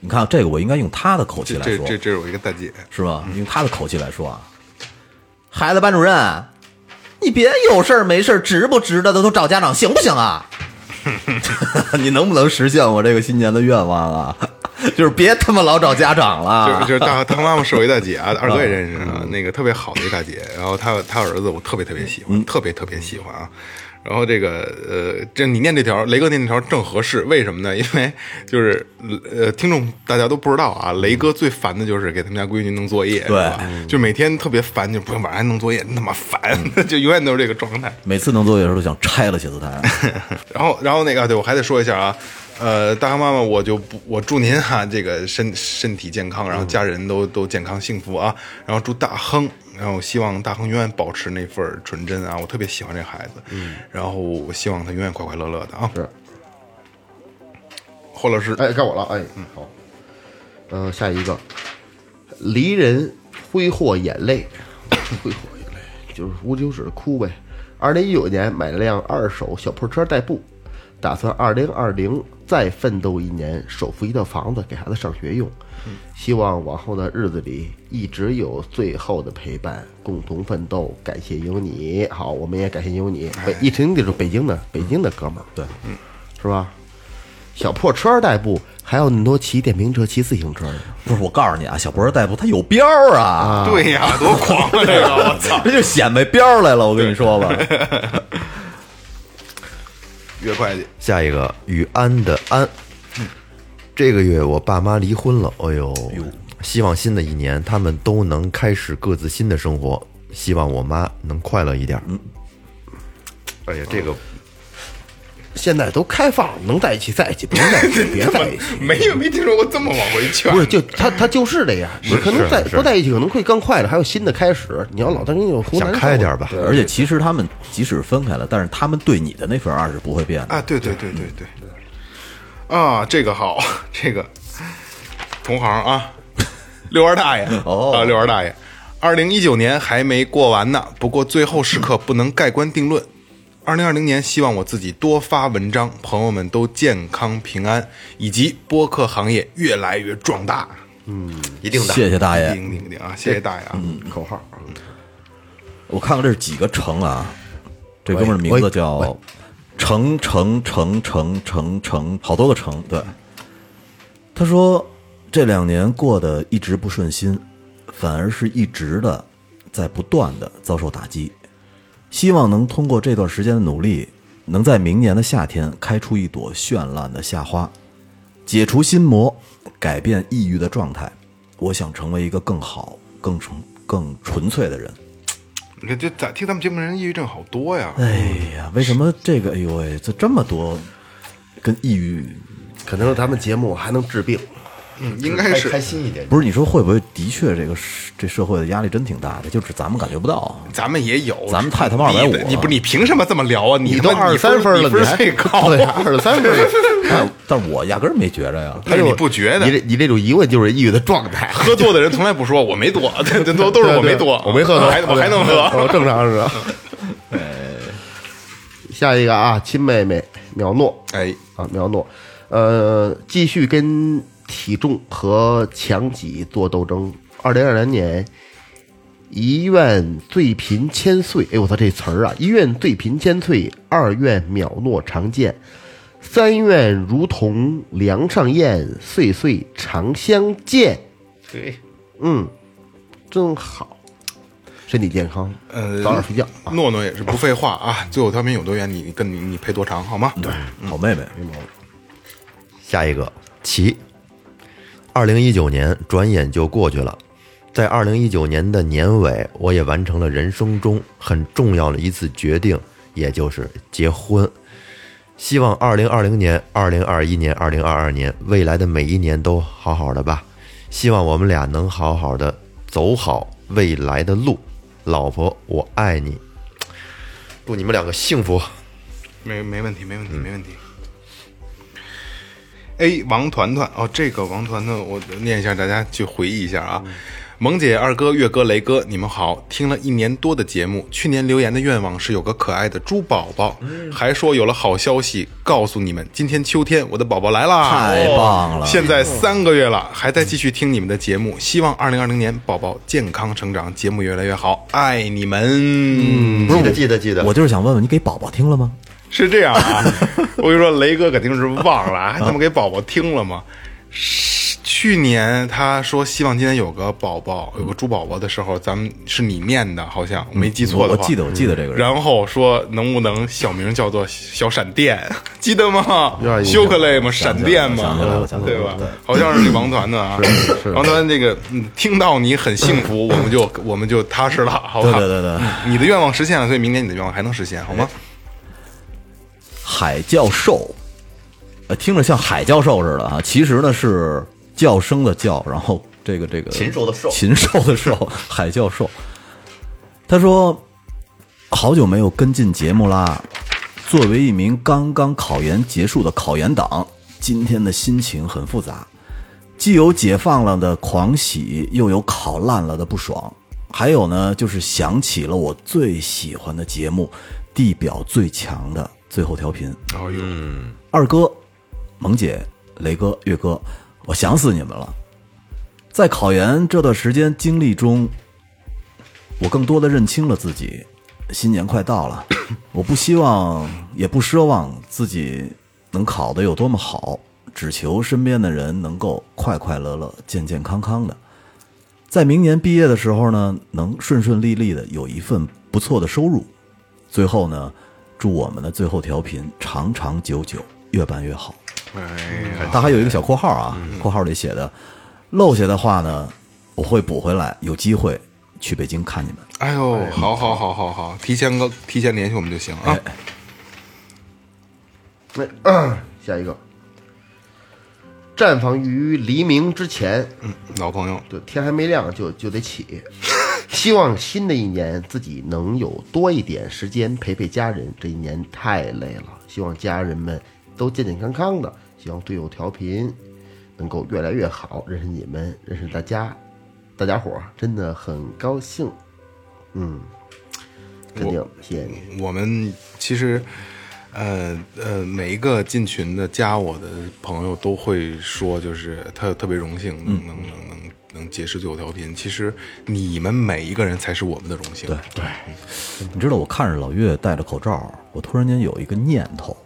你看这个我应该用她的口气
这
来
这
说，
这这是我一个大姐，
是吧？用她的口气来说啊，孩子班主任，你别有事儿没事儿值不值得的都找家长，行不行啊？你能不能实现我这个新年的愿望啊？就是别他妈老找家长
就是
了
就。是大他妈妈是我一大姐啊，二哥也认识啊，那个特别好的一大姐。然后她她儿子我特别特别喜欢，特别特别喜欢啊。然后这个呃，这你念这条，雷哥念这条正合适，为什么呢？因为就是呃，听众大家都不知道啊，雷哥最烦的就是给他们家闺女弄作业，
对
是吧就每天特别烦，就不用晚上还弄作业，真他妈烦， 就永远都是这个状态。
每次弄作业的时候都想拆了写字 台，啊
然后，然后那个，对我还得说一下啊，呃，大航妈妈，我就不，我祝您啊，这个身身体健康，然后家人都都健康幸福啊，然后祝大亨，然后希望大亨永远保持那份儿纯真啊，我特别喜欢这孩子，嗯，然后我希望他永远快快乐乐的啊。
是，
霍老师，
哎，该我了，哎，好，嗯、下一个，离人挥霍眼泪， 挥霍眼泪就是无就是哭呗。二零一九年买了辆二手小破车代步，打算二零二零再奋斗一年，首付一套房子给孩子上学用。希望往后的日子里一直有最后的陪伴，共同奋斗。感谢有你，好，我们也感谢有你。北一听就是北京的，北京的哥们儿，对，嗯，是吧？小破车代步，还有那么多骑电瓶车、骑自行车的。
不是我告诉你啊，小博士代步他有标儿啊，
对呀，多狂啊这个， 我操，
这就显摆标儿来了。我跟你说吧，
岳会计，
下一个雨安的安，这个月我爸妈离婚了，哎呦，希望新的一年他们都能开始各自新的生活，希望我妈能快乐一点。哎呀，这个
现在都开放，能在一起在一起，不能在一起别在一起。
没有没听说过这么往回劝，
不是，就他他就是这样，你可能在
是是
不在一起，可能会更快乐，还有新的开始。你要老在那就胡
想
难
开
受
点吧，
而且其实他们即使分开了，但是他们对你的那份爱是不会变的。
啊，对对对对对，啊，这个好，这个同行啊，六二大爷
哦
啊，六二大爷，二零一九年还没过完呢，不过最后时刻不能盖棺定论。二零二零年，希望我自己多发文章，朋友们都健康平安，以及播客行业越来越壮大。
一定的。
嗯谢谢大爷，嗯
顶顶顶啊！谢谢大爷啊！
口号。
我看看这是几个城啊？这哥们儿名字叫城城城城城城，好多个城。对，他说这两年过得一直不顺心，反而是一直的在不断的遭受打击。希望能通过这段时间的努力，能在明年的夏天开出一朵绚烂的夏花，解除心魔，改变抑郁的状态。我想成为一个更好、更纯、更纯粹的人。
你看这咱听咱们节目人抑郁症好多呀，
哎呀，为什么这个？哎呦喂，这这么多跟抑郁
可能咱们节目还能治病，
嗯，应该是
开心一点。
不是你说会不会的确这个社这社会的压力真挺大的，就是咱们感觉不到。
咱们也有，
咱们太他妈
你
250了
你不你凭什么这么聊啊？你
你都
他妈
二十三分了，
你啊
你
分儿
还
最高，
对，二十三分了。
但但我压根儿没觉着呀。
但是你不觉
你
得？
这你这种疑问就是抑郁的状态。
喝多的人从来不说我没多， 对对都都是我没多，
我没喝多，
我还我 还能喝。
哦正常是吧？下一个啊，亲妹妹淼诺
哎，
啊，淼诺，呃，继续跟体重和强己做斗争。二零二零年，一愿最贫千岁，哎呦我操这词儿啊！一愿最贫千岁，二愿淼诺常见，三愿如同梁上燕，岁岁常相见。
对，
嗯，真好，身体健康，
呃，
早点睡觉啊。
诺诺也是不废话啊，最后调频有多远，你跟你你赔多长好吗？对，
好妹妹，
下一个齐，二零一九年转眼就过去了，在二零一九年的年尾，我也完成了人生中很重要的一次决定，也就是结婚。希望二零二零年、二零二一年、二零二二年未来的每一年都好好的吧。希望我们俩能好好的走好未来的路。老婆，我爱你，祝你们两个幸福。
没没问题，没问
嗯
题，没问题。A 王团团哦，这个王团团，我念一下，大家去回忆一下啊。
嗯
萌姐、二哥、月哥、雷哥，你们好！听了一年多的节目，去年留言的愿望是有个可爱的猪宝宝，
嗯
还说有了好消息，告诉你们，今天秋天我的宝宝来啦！
太棒了
现在三个月了，还在继续听你们的节目，希望二零二零年宝宝健康成长，节目越来越好，爱你们！
嗯
记得记得记得，
我就是想问问你给宝宝听了吗？
是这样啊，我跟你说，雷哥肯定是忘了，啊，还他妈给宝宝听了吗？是去年他说希望今年有个宝宝，有个猪宝宝的时候，咱们是你念的，好像我没记错
我
的
我
话。
记得我记得这个人，
然后说能不能小名叫做小闪电，记得吗
点？印象
修克雷吗？闪电
想起来了
吗？
想起来
对
了
吧？好像是这王团的啊，王团这个嗯听到你很幸福，我们就我们就踏实了，好不好？
对对对对
嗯你的愿望实现了，所以明年你的愿望还能实现，好吗？
海教授，呃，听着像海教授似的啊，其实呢是叫声的叫，然后这个这个
禽兽的兽
禽兽 的兽，海教授。他说，好久没有跟进节目啦。作为一名刚刚考研结束的考研党，今天的心情很复杂，既有解放了的狂喜，又有考烂了的不爽，还有呢，就是想起了我最喜欢的节目《地表最强的最后调频》。
然后有。
二哥、萌姐、雷哥、月哥，我想死你们了。在考研这段时间经历中，我更多的认清了自己。新年快到了，我不希望也不奢望自己能考得有多么好，只求身边的人能够快快乐乐、健健康康的。在明年毕业的时候呢，能顺顺利利的有一份不错的收入。最后呢，祝我们的最后调频长长久久，越办越好。他还有一个小括号啊，括号里写的漏下的话呢，我会补回来，有机会去北京看你们。
哎呦，好好好好好，提前个提前联系我们就行啊。
下一个，绽放于黎明之前，
嗯，老朋友，
对，天还没亮就就得 起。希望新的一年自己能有多一点时间陪陪家人，这一年太累了。希望家人们都健健康康的，希望队友调频能够越来越好。认识你们，认识大家，大家伙儿真的很高兴。嗯，肯定谢谢你。
我们其实，呃呃，每一个进群的加我的朋友都会说，就是他特别荣幸能能能能能结识最后调频。其实你们每一个人才是我们的荣幸。对，
你知道我看着老岳戴着口罩，我突然间有一个念头，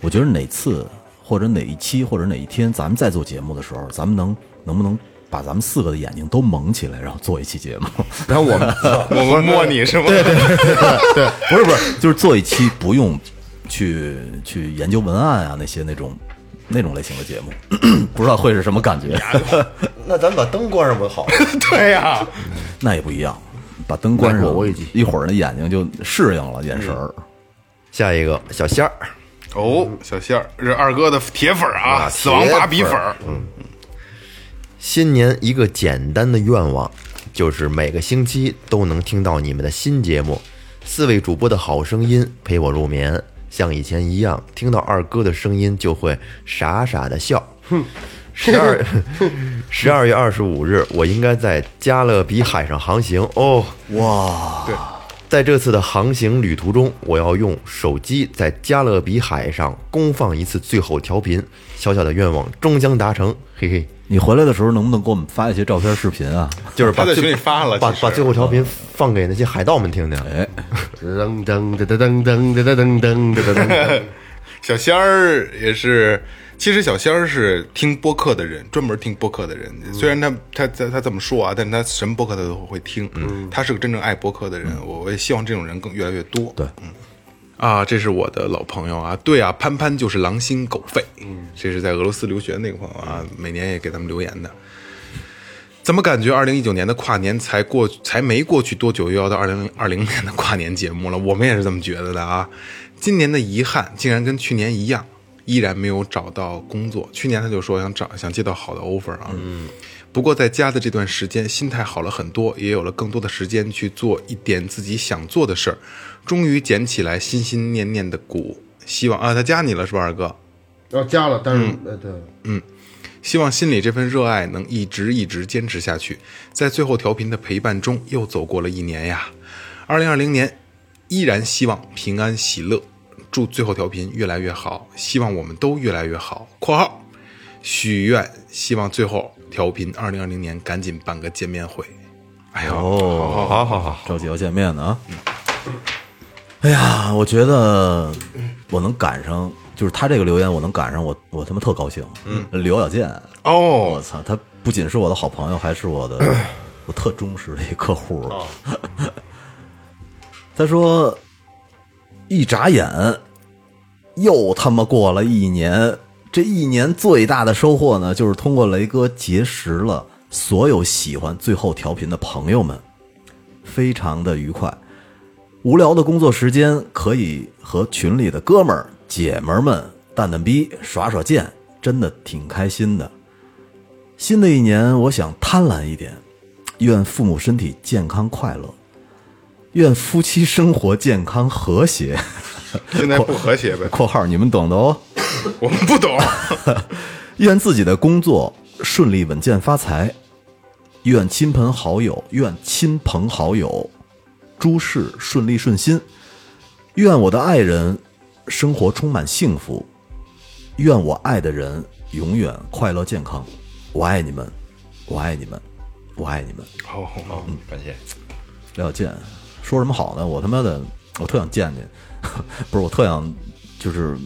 我觉得哪次或者哪一期或者哪一天，咱们再做节目的时候，咱们能能不能把咱们四个的眼睛都蒙起来，然后做一期节目？
然后我们
我们摸你是吗？对对，
不是不是，就是做一期不用去去研究文案啊那些那种那种类型的节目， 不知道会是什么感觉。
那咱把灯关上不就好了？
对呀、
那也不一样，把灯关
那
上
我我也记，
一会儿那眼睛就适应了眼神儿。
下一个小仙儿。
哦，小仙儿是二哥的铁粉儿啊，
啊
死亡芭比粉儿。
嗯，新年一个简单的愿望，就是每个星期都能听到你们的新节目，四位主播的好声音陪我入眠，像以前一样，听到二哥的声音就会傻傻的笑。十二十二月二十五日，我应该在加勒比海上航行哦。在这次的航行旅途中，我要用手机在加勒比海上公放一次最后调频，小小的愿望终将达成，嘿嘿。
你回来的时候能不能给我们发一些照片、视频啊？
就是把
他在
最
群里发了
把嗯
其实
把最后调频放给那些海盗们听听。
哎，
噔噔噔噔噔噔噔噔噔噔噔，
小仙儿也是，其实小仙儿是听播客的人，专门听播客的人。虽然他他他他这么说啊，但他什么播客他都会听。嗯，他是个真正爱播客的人，我我也希望这种人更越来越多。
对，
嗯。啊，这是我的老朋友啊，对啊，潘潘就是狼心狗肺，嗯，这是在俄罗斯留学的那个朋友啊，每年也给咱们留言的。怎么感觉二零一九年的跨年才过，才没过去多久，又要到二零二零年的跨年节目了？我们也是这么觉得的啊。今年的遗憾竟然跟去年一样，依然没有找到工作。去年他就说想找想接到好的 offer 啊，嗯。不过在家的这段时间，心态好了很多，也有了更多的时间去做一点自己想做的事儿，终于捡起来心心念念的鼓。希望啊，他加你了是吧，二哥？
要加了，但是呃对，
希望心里这份热爱能一直一直坚持下去，在最后调频的陪伴中，又走过了一年呀。二零二零年，依然希望平安喜乐，祝最后调频越来越好，希望我们都越来越好。（括号）许愿，希望最后调频二零二零年赶紧办个见面会。哎呦，
哦
好好好好，
着急要见面的啊！哎呀，我觉得我能赶上，就是他这个留言，我能赶上，我我他妈特高兴。嗯，刘小健，我
哦，
操，他不仅是我的好朋友，还是我的我特忠实的一客户。 他说，一眨眼又他妈过了一年。这一年最大的收获呢，就是通过雷哥结识了所有喜欢最后调频的朋友们，非常的愉快。无聊的工作时间可以和群里的哥们儿、姐们儿们蛋蛋逼耍耍剑，真的挺开心的。新的一年，我想贪婪一点，愿父母身体健康快乐，愿夫妻生活健康和谐。
现在不和谐呗
（括号你们懂的哦）
我们不懂。
愿自己的工作顺利、稳健、发财。愿亲朋好友，愿亲朋好友诸事顺利顺心。愿我的爱人生活充满幸福。愿我爱的人永远快乐健康。我爱你们，我爱你们，我爱你们。
好好好，
感谢。
廖小健，说什么好呢？我他妈的，我特想见见， 不是我特想就是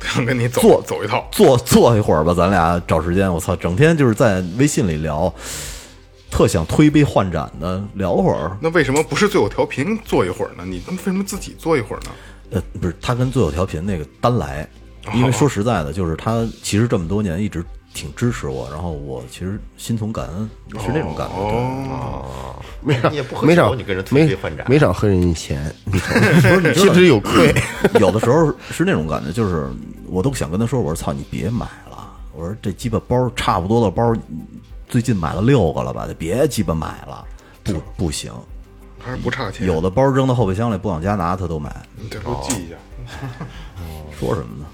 想跟你走
坐
走一套。
坐 坐一会儿吧，咱俩找时间。我操，整天就是在微信里聊，特想推杯换盏的聊会儿。
那为什么不是最后调频坐一会儿呢？你他妈为什么自己坐一会儿呢？
呃，不是，他跟最后调频那个单来，因为说实在的，就是他其实这么多年一直挺支持我，然后我其实心存感恩，是那种感觉。
没少
你也不喝
没
酒
少
你跟人推
没
杯换盏
没少喝人家 钱，你瞅其实有愧。
有的时候是那种感觉，就是我都不想跟他说，我说操，你别买了，我说这鸡巴包差不多的包，最近买了六个了吧，别鸡巴买了，不不行，
还是不差钱，
有的包扔到后备箱里不往家拿，他都买，
你得给嗯我记一下。
说什么呢？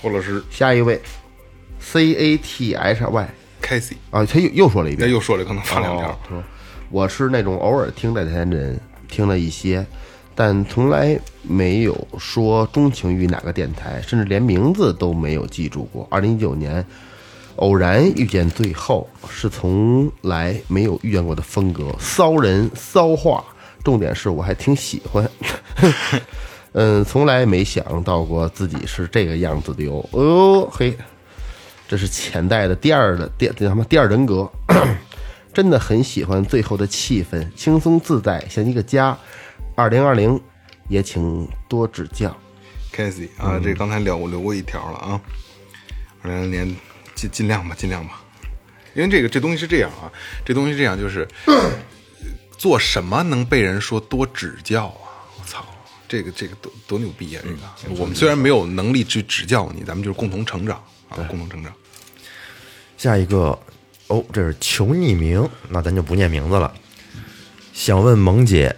侯老师
下一位，C A T H Y
开 a
啊，他又又说了一
那
遍，
又说了，可能发两条
哦。他说我是那种偶尔听这台的人，听了一些，但从来没有说钟情于哪个电台，甚至连名字都没有记住过。二零一九年，偶然遇见最后，是从来没有遇见过的风格，骚人骚话，重点是我还挺喜欢。 嗯，从来没想到过自己是这个样子的哟。哦呦嘿，这是潜在的第二的第这什么第二人格， 真的很喜欢最后的气氛，轻松自在，像一个家。二零二零，也请多指教。
c a s e y 啊，这刚才聊我留过一条了啊，二零二零年尽尽量吧，尽量吧，因为这个这东西是这样啊，这东西是这样就是，做什么能被人说多指教啊？我操，这个这个多多牛逼啊！这个我们虽然没有能力去指教你，咱们就是共同成长啊，共同成长。
下一个，哦，这是求匿名，那咱就不念名字了。想问萌姐，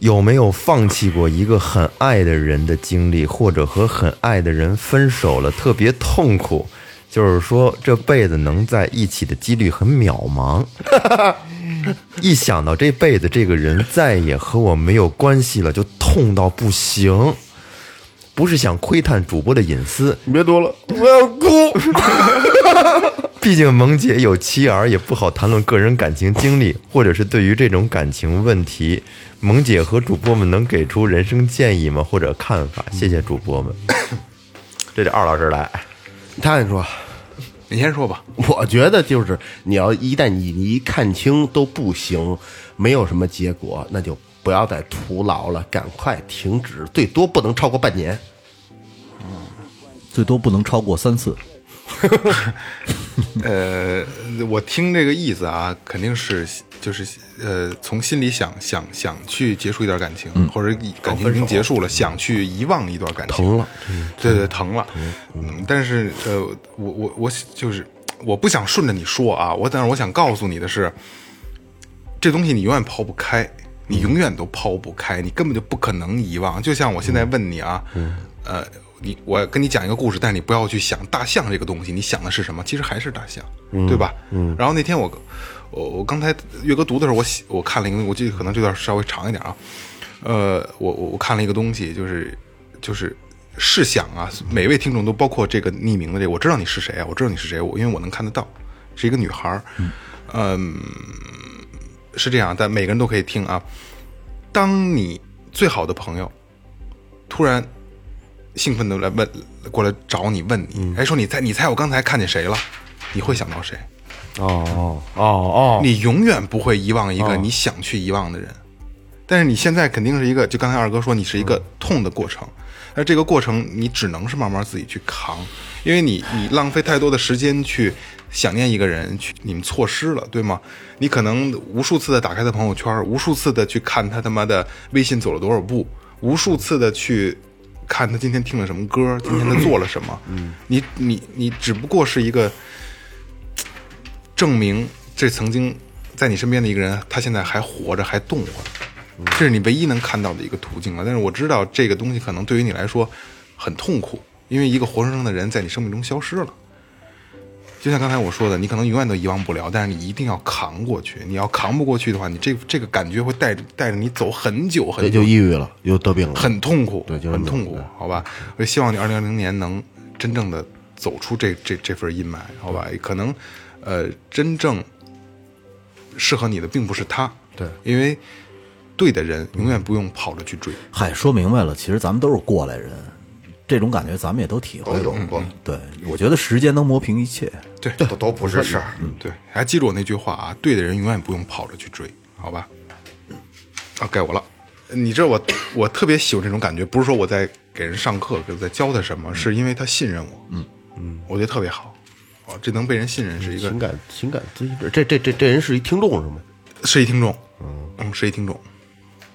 有没有放弃过一个很爱的人的经历，或者和很爱的人分手了，特别痛苦？就是说，这辈子能在一起的几率很渺茫。 一想到这辈子这个人再也和我没有关系了，就痛到不行。不是想窥探主播的隐私，
你别多了，
我要哭。毕竟萌姐有妻儿，也不好谈论个人感情经历，或者是对于这种感情问题，萌姐和主播们能给出人生建议吗？或者看法？
嗯
谢谢主 播们。这得二老师来，
他跟你说，
你先说吧。
我觉得就是你要一旦你一看清都不行，没有什么结果，那就不要再徒劳了，赶快停止，最多不能超过半年。
最多不能超过三次。
呃，我听这个意思啊，肯定是就是呃，从心里想想想去结束一段感情，或者已感情已经结束了，想去遗忘一段感情，疼了，对对，疼了。嗯，但是呃，我我我就是我不想顺着你说啊，我但是我想告诉你的是，这东西你永远抛不开，你永远都抛不开，你根本就不可能遗忘。就像我现在问你啊，呃，你我跟你讲一个故事，但是你不要去想大象这个东西，你想的是什么？其实还是大象，对吧？嗯。然后那天我我我刚才岳哥读的时候，我写我看了一个，我记得可能这段稍微长一点啊，呃，我我我看了一个东西，就是就是。试想啊，每位听众都包括这个匿名的这个，我知道你是谁啊，我知道你是谁，我因为我能看得到，是一个女孩儿，嗯，是这样，但每个人都可以听啊。当你最好的朋友突然兴奋的来问过来找你问你，哎，说你猜你猜我刚才看见谁了，你会想到谁？
哦哦，
你永远不会遗忘一个你想去遗忘的人。但是你现在肯定是一个，就刚才二哥说，你是一个痛的过程。那这个过程你只能是慢慢自己去扛，因为你你浪费太多的时间去想念一个人，去你们错失了，对吗？你可能无数次的打开他朋友圈，无数次的去看他他妈的微信走了多少步，无数次的去看他今天听了什么歌，今天他做了什么。嗯，你你你只不过是一个证明这曾经在你身边的一个人，他现在还活着，还动活着，这是你唯一能看到的一个途径了。但是我知道这个东西可能对于你来说很痛苦，因为一个活生生的人在你生命中消失了。就像刚才我说的，你可能永远都遗忘不了，但是你一定要扛过去。你要扛不过去的话，你这这个感觉会带着带着你走很久很
对，
久
呃就，抑郁了，又得病了，
很痛苦，
对就是
很
那
痛
种
苦
的，
好吧？我希望你二零二零年能真正的走出这这这份阴霾，好吧？可能，呃，真正适合你的并不是他，对，因为对的人永远不用跑着去追，
嗨，说明白了，其实咱们都是过来人，这种感觉咱们也都体会过。对，我觉得时间能磨平一切。
对
都都不是事儿。
嗯
对，还记住我那句话啊，对的人永远不用跑着去追，好吧？啊，该我了。你知道我，我特别喜欢这种感觉，不是说我在给人上课，给我在教他什
嗯
么，是因为他信任我，嗯嗯，我觉得特别好，哦，这能被人信任是一个
情感情感咨询师，这这这这人是一听众是吗？
是一听众，嗯，是一听众，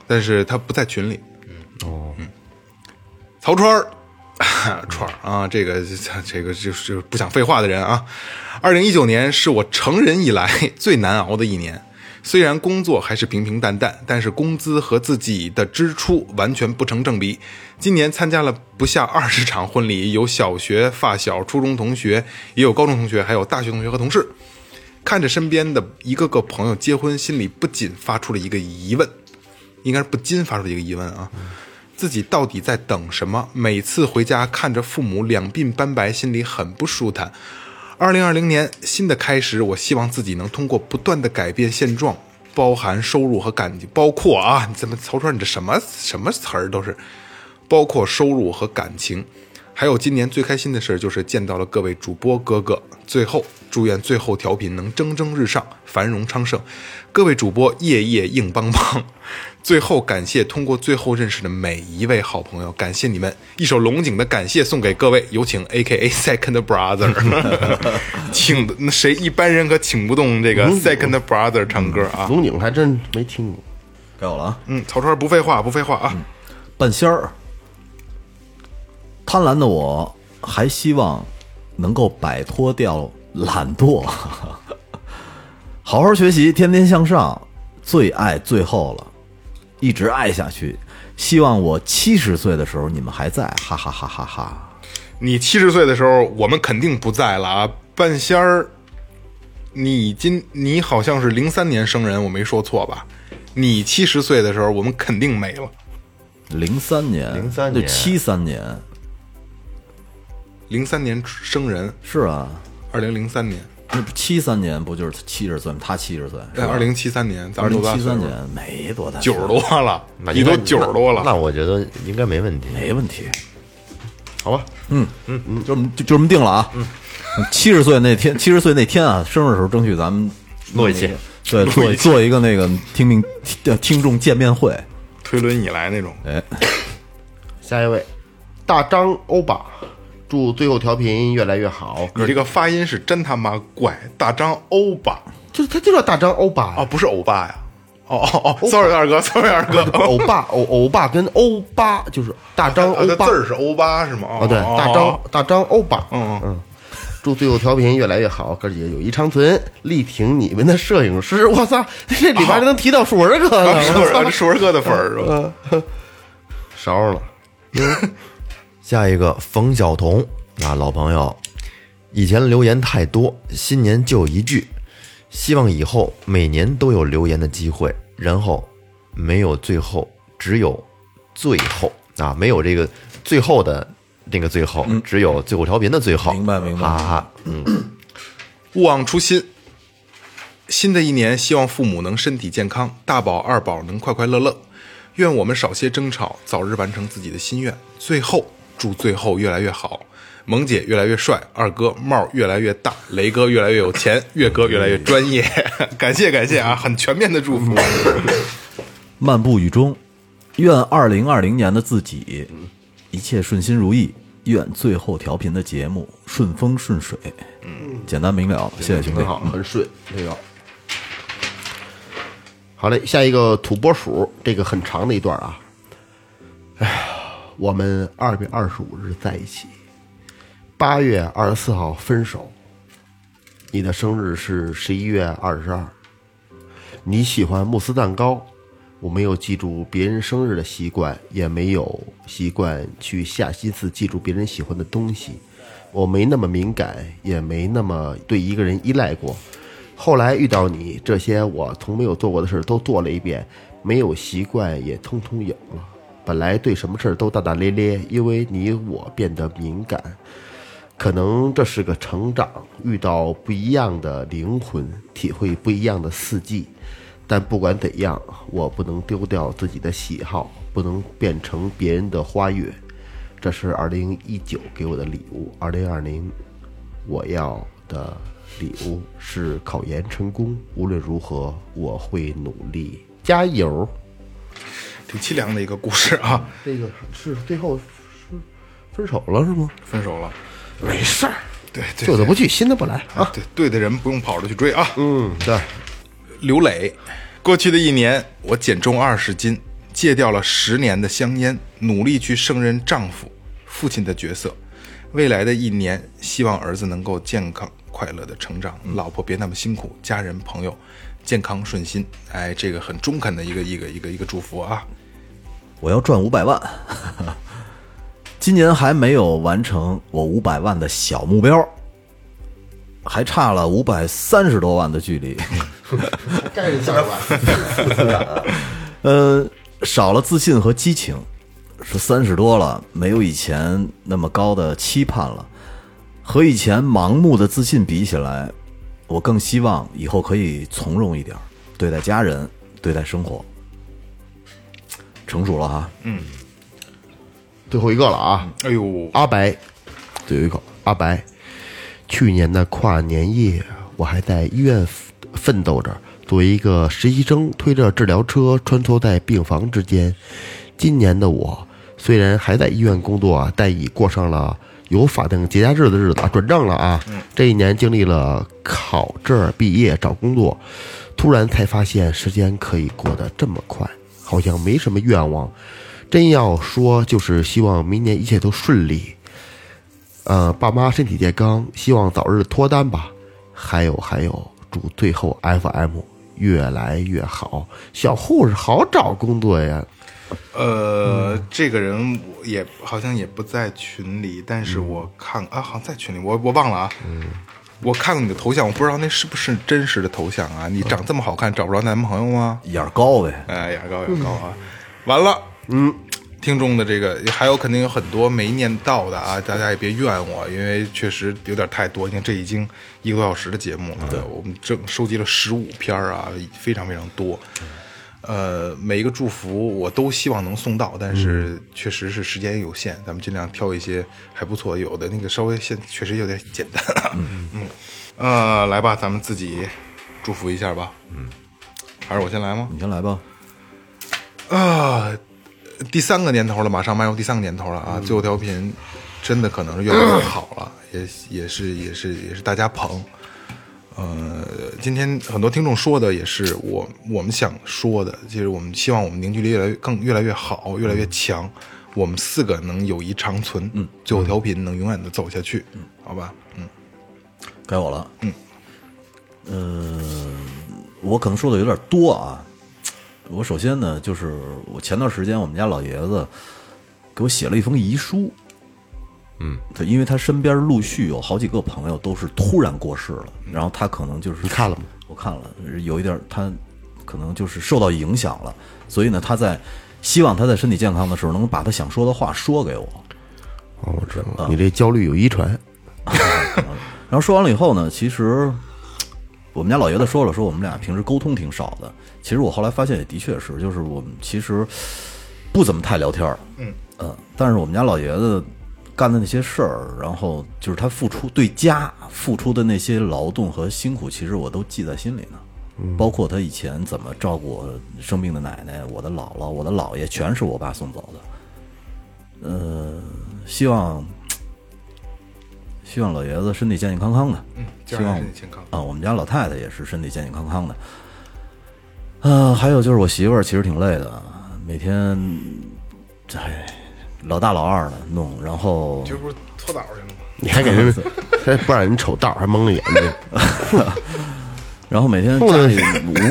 但是他不在群里。嗯，哦，嗯，曹川儿， 川儿啊，这个 这个就是就是不想废话的人啊。二零一九年是我成人以来 最难熬的一年，虽然工作还是平平淡淡，但是工资和自己的支出完全不成正比。今年参加了不下二十场婚礼，有小学发小、初中同学，也有高中同学，还有大学同学和同事。看着身边的一个个朋友结婚，心里不禁发出了一个疑问，应该是不禁发出了一个疑问啊，自己到底在等什么？每次回家看着父母两鬓斑白，心里很不舒坦。二零二零年新的开始，我希望自己能通过不断的改变现状，包含收入和感情，包括啊，你怎么曹川，你这什么什么词儿都是，包括收入和感情。还有今年最开心的事儿就是见到了各位主播哥哥。最后，祝愿最后调频能蒸蒸日上，繁荣昌盛。各位主播夜夜硬邦邦。最后，感谢通过最后认识的每一位好朋友，感谢你们！一首龙井的感谢送给各位，有请 A K A Second Brother，请 那谁一般人可请不动这个 Second Brother 唱歌啊！
龙井还真没听过。
该我了啊。
嗯，曹川不废话，不废话啊！
半仙儿。贪婪的我还希望能够摆脱掉懒惰， 好好学习，天天向上，最爱最后了，一直爱下去。希望我七十岁的时候你们还在，哈哈哈哈哈！
你七十岁的时候，我们肯定不在了啊。半仙儿，你今你好像是零三年生人，我没说错吧？你七十岁的时候，我们肯定没了。
零三年，
03
就
年
七三年，
零三年生人，
是啊，
二零零三年，
那七三年不就是七十岁吗？他七十岁，
在二零七三年，
啊哎二
咱们
零
都
七三
93
年没多大，
九十多了，
那
你
应该
都九十多
那
了，
我觉得应该没问题，
没问题，
好吧？
嗯，就这么就就这么定了啊。七十岁那天，七十岁那天啊，生日的时候争取咱们
录一期，
对做做一个那个听命听听众见面会，
推轮椅来那种。
哎，
下一位，大张欧巴，祝最后调频越来越好。
你这个发音是真他妈怪，大张欧巴
就是他就叫大张欧巴
啊，
呀，
不是欧巴呀。哦哦哦，sorry 二哥，sorry 二哥，
欧巴欧欧巴跟欧巴就是大张
啊
欧
那
巴
字儿是欧巴是吗？哦
啊，对，
哦
大
哦
张大张欧巴，
嗯
嗯。祝最后调频越来越好，哥儿几个友谊长存。力挺你们的摄影师，我操，这里边还能提到鼠儿哥
啊
呢，
是
我
啊
操
这是儿哥的粉儿
嗯
是吧？
勺儿了。
下一个冯晓彤啊，老朋友，以前留言太多，新年就一句，希望以后每年都有留言的机会，然后没有最后，只有最后啊，没有这个最后的那个最后，只有最后调频的最后，
嗯明白明白
哈哈哈，
勿忘初
嗯
心。新的一年，希望父母能身体健康，大宝二宝能快快乐乐。愿我们少些争吵，早日完成自己的心愿。最后，祝最后越来越好，萌姐越来越帅，二哥帽儿越来越大，雷哥越来越有钱，岳哥越来越专业。感谢感 谢啊，很全面的祝福。
漫步雨中，愿二零二零年的自己一切顺心如意，愿最后调频的节目顺风顺水。嗯，简单明了，谢谢兄弟
很。好，很顺，这个。好嘞，下一个土拨鼠，这个很长的一段啊。哎呀，我们二月二十五日在一起，八月二十四号分手。你的生日是十一月二十二。你喜欢慕斯蛋糕，我没有记住别人生日的习惯，也没有习惯去下心思记住别人喜欢的东西。我没那么敏感，也没那么对一个人依赖过。后来遇到你，这些我从没有做过的事儿都做了一遍，没有习惯也通通有了。本来对什么事儿都大大咧咧，因为你我变得敏感，可能这是个成长，遇到不一样的灵魂，体会不一样的四季。但不管怎样，我不能丢掉自己的喜好，不能变成别人的花月。这是二零一九给我的礼物，二零二零我要的礼物是考研成功。无论如何，我会努力，加油！
挺凄凉的一个故事啊，
这个是最后是分手了是吗？
分手了。
没事儿，
对对
旧的不去，新的不来啊。
对，对的人不用跑着去追啊。
嗯，对，
刘磊，过去的一年我减重二十斤，戒掉了十年的香烟，努力去胜任丈夫、父亲的角色。未来的一年，希望儿子能够健康快乐的成长，老婆别那么辛苦，家人朋友健康顺心。哎，这个很中肯的一个一个一个一个祝福啊！
我要赚五百万。 今年还没有完成我五百万的小目标，还差了五百三十多万的距离。
该是下吧。
呃，少了自信和激情，说三十多了，没有以前那么高的期盼了。和以前盲目的自信比起来，我更希望以后可以从容一点儿，对待家人，对待生活。成熟了哈，
最后一个了啊，
哎呦，
阿白，最后一个阿白。去年的跨年夜，我还在医院奋斗着，作为一个实习生，推着治疗车穿梭在病房之间。今年的我虽然还在医院工作啊，但已过上了有法定节假日的日子啊，转正了啊。这一年经历了考证、毕业、找工作，突然才发现时间可以过得这么快，好像没什么愿望。真要说，就是希望明年一切都顺利。呃，爸妈身体健康，希望早日脱单吧。还有还有，祝最后 FM 越来越好。小护士好找工作呀，
呃，这个人我也好像也不在群里，但是我看、啊，好像在群里，我我忘了啊。我看过你的头像，我不知道那是不是真实的头像啊？你长这么好看，找不着男朋友吗？
眼儿高呗，
哎，牙膏牙膏啊，完了，嗯，听众的这个还有肯定有很多没念到的啊，大家也别怨我，因为确实有点太多，你看这已经一个多小时的节目了，对，我们正收集了十五篇儿啊，非常非常多。呃，每一个祝福我都希望能送到，但是确实是时间有限，咱们尽量挑一些还不错，有的那个稍微现确实有点简单啊。嗯，呃，来吧，咱们自己祝福一下吧。嗯，还是我先来吗？
你先来吧。
啊，第三个年头了，马上迈入第三个年头了啊！最后调频真的可能是越来越好了，也也是也是也是大家捧。呃，今天很多听众说的也是我我们想说的，其实我们希望我们凝聚力越来越更越来越好，越来越强，我们四个能友谊长存，嗯，最后调频能永远的走下去，嗯，好吧，嗯，
该我了。嗯，呃，我可能说的有点多啊。我首先呢，就是我前段时间我们家老爷子给我写了一封遗书。嗯，对，因为他身边陆续有好几个朋友都是突然过世了，然后他可能就是嗯你看了吗？我看了，有一点儿他可能就是受到影响了，所以呢，他在希望他在身体健康的时候能把他想说的话说给我。
哦，我知道了，你这焦虑有遗传，
然后说完了以后呢，其实我们家老爷子说了，说我们俩平时沟通挺少的。其实我后来发现也的确是，就是我们其实不怎么太聊天儿。嗯但是我们家老爷子干的那些事儿，然后就是他付出对家付出的那些劳动和辛苦，其实我都记在心里呢。包括他以前怎么照顾我生病的奶奶、我的姥姥、我的姥爷，全是我爸送走的。呃，希望希望老爷子身体健健康康的。嗯，希
家
望
人身体健康。
啊，我们家老太太也是身体健健康康的。啊，还有就是我媳妇儿其实挺累的，每天，哎，老大老二的弄，然后
这不是搓澡去了吗？
你还给 人，还不让人瞅道，还蒙着眼睛。
然后每天家里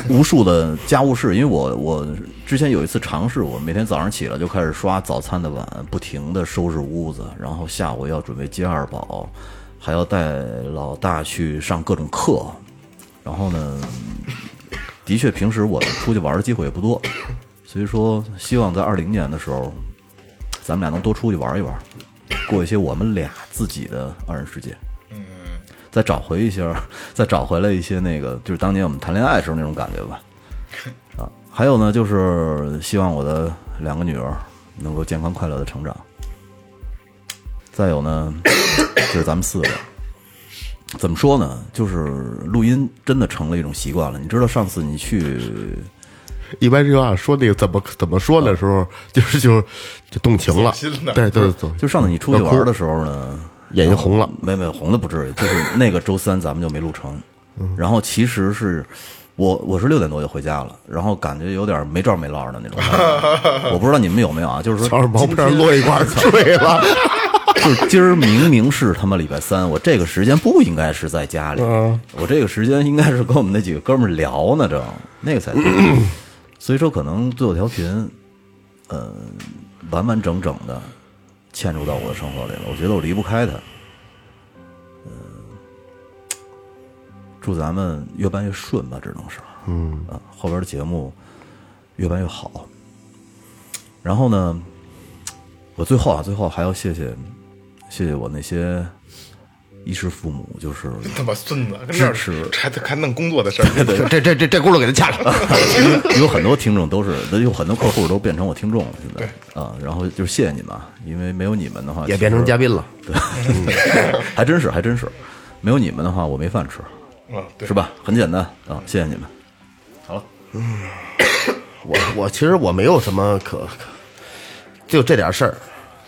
无无数的家务事，因为我我之前有一次尝试，我每天早上起来就开始刷早餐的碗，不停的收拾屋子，然后下午要准备接二宝，还要带老大去上各种课，然后呢，的确平时我出去玩的机会也不多，所以说希望在二零年的时候，咱们俩能多出去玩一玩，过一些我们俩自己的二人世界。再找回一些， 再找回来一些那个，就是当年我们谈恋爱时候那种感觉吧。啊，还有呢，就是希望我的两个女儿能够健康快乐的成长。再有呢， 就是咱们四个，怎么说呢？就是录音真的成了一种习惯了。你知道上次你去
一般这句话说那个怎么怎么说的时候，就是就是就动情了
走心了，
对对对，
就上次你出去玩的时候呢，
眼睛红了。
没没红的不至于，就是那个周三咱们就没录成。
嗯
然后其实是我我是六点多就回家了，然后感觉有点没招没落的那种感 觉。我不知道你们有没有啊？就是
早
说
上毛片落一块儿睡了，
就是今儿明明是他妈礼拜三，我这个时间不应该是在家里，
嗯
我这个时间应该是跟我们那几个哥们儿聊呢，正那个 才对。 所以说，可能最后调频，呃，完完整整的嵌入到我的生活里了。我觉得我离不开它。呃，祝咱们越办越顺吧，只能是，嗯啊，后边的节目越办越好。然后呢，我最后啊，最后还要谢谢谢谢我那些衣食父母，就是
他妈孙子跟那儿还还弄工作的事 儿，
这这这这轱辘给他掐了。
有有很多听众都是，有很多客户都变成我听众了，现在啊，然后就是谢谢你们，啊，因为没有你们的话，
也变成嘉宾了，
宾，还真是还真是，没有你们的话，我没饭吃，
嗯，对
是，吧？很简单啊，谢谢你们。
我我其实我没有什么可，可就这点事儿，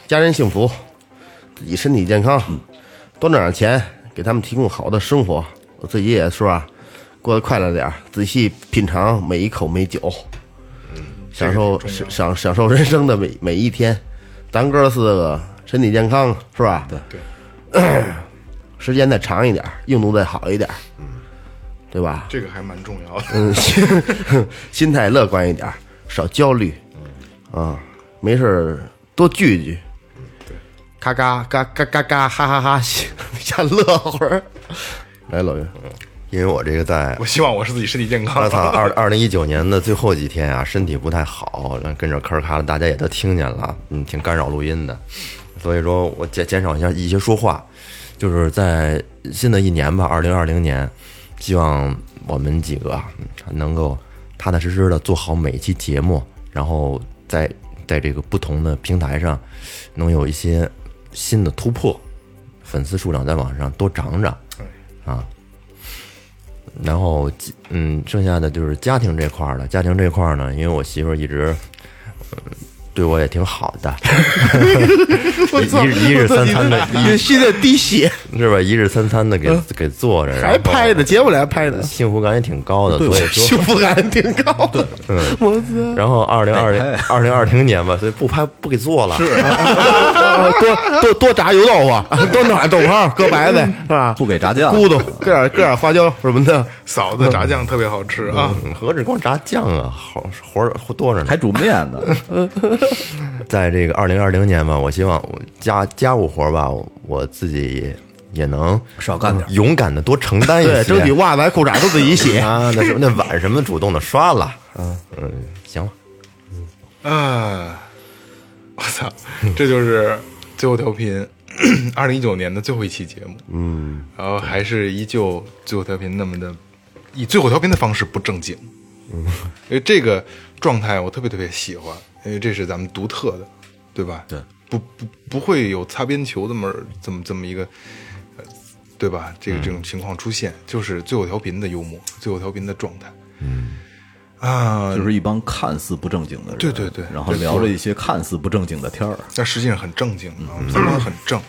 家人幸福，自己身体健康，多挣点钱，给他们提供好的生活。我自己也是吧，过得快乐点儿，仔细品尝每一口美酒，享受享享受人生的每每一天。咱哥四个身体 健康是吧？对对，时间再长一点儿，硬度再好一点儿，对吧？
这个还蛮重要的。
嗯，心 心态乐观一点儿，少焦虑，啊，没事儿多聚聚，咔嘎嘎嘎嘎嘎哈哈 哈，瞎乐会儿。来，老袁，
因为我这个在
我希望我是自己身体健
我
康。
操，二二零一九年的最后几天啊，身体不太好，然后跟着吭儿咔的，大家也都听见了，嗯，挺干扰录音的，所以说我减减少一下一些说话，就是在新的一年吧，二零二零年，希望我们几个啊嗯能够踏踏实实的做好每一期节目，然后在在这个不同的平台上，能有一些新的突破，粉丝数量在往上多涨涨，
哎
啊，然后嗯，剩下的就是家庭这块儿了。家庭这块儿呢，因为我媳妇儿一直、嗯对我也挺好 的，一日一日三餐的，
你现在滴血
是吧？一日三餐的给给做着，然
还
后
拍呢，节目里还拍呢，
幸福感也挺高的，所以说。
幸福感挺高的。
然后二零二零
哎
二零二零年吧，所以不拍不给做了，
啊 多多多炸油豆 腐，啊多暖豆泡，搁白菜是 吧？
不给炸酱，
咕咚，搁点搁点花椒什么的，
嫂子炸酱特别好吃啊，
嗯何止光炸酱啊，好活儿活多着呢
还。煮面呢。
在这个二零二零年吧，我希望我家家务活儿吧，我我自己也能
少干点儿
勇敢的多承担一些，
对，争取袜子还裤衩都自己洗。
啊，那什么那碗什么主动的刷了，嗯行了，
啊，我操，这就是最后调频，二零一九年的最后一期节目。嗯，然后还是依旧最后调频那么的，以最后调频的方式不正经。嗯，因为这个状态我特别特别喜欢，因为这是咱们独特的，对吧？对，不不不会有擦边球这么这么这么一个。呃对吧？这个这种情况出现，就是最后调频的幽默，最后调频的状态。嗯，啊，
就是一帮看似不正经的人，
对对对
然后聊了一些看似不正经的天儿。
但实际上很正经啊，咱们很正。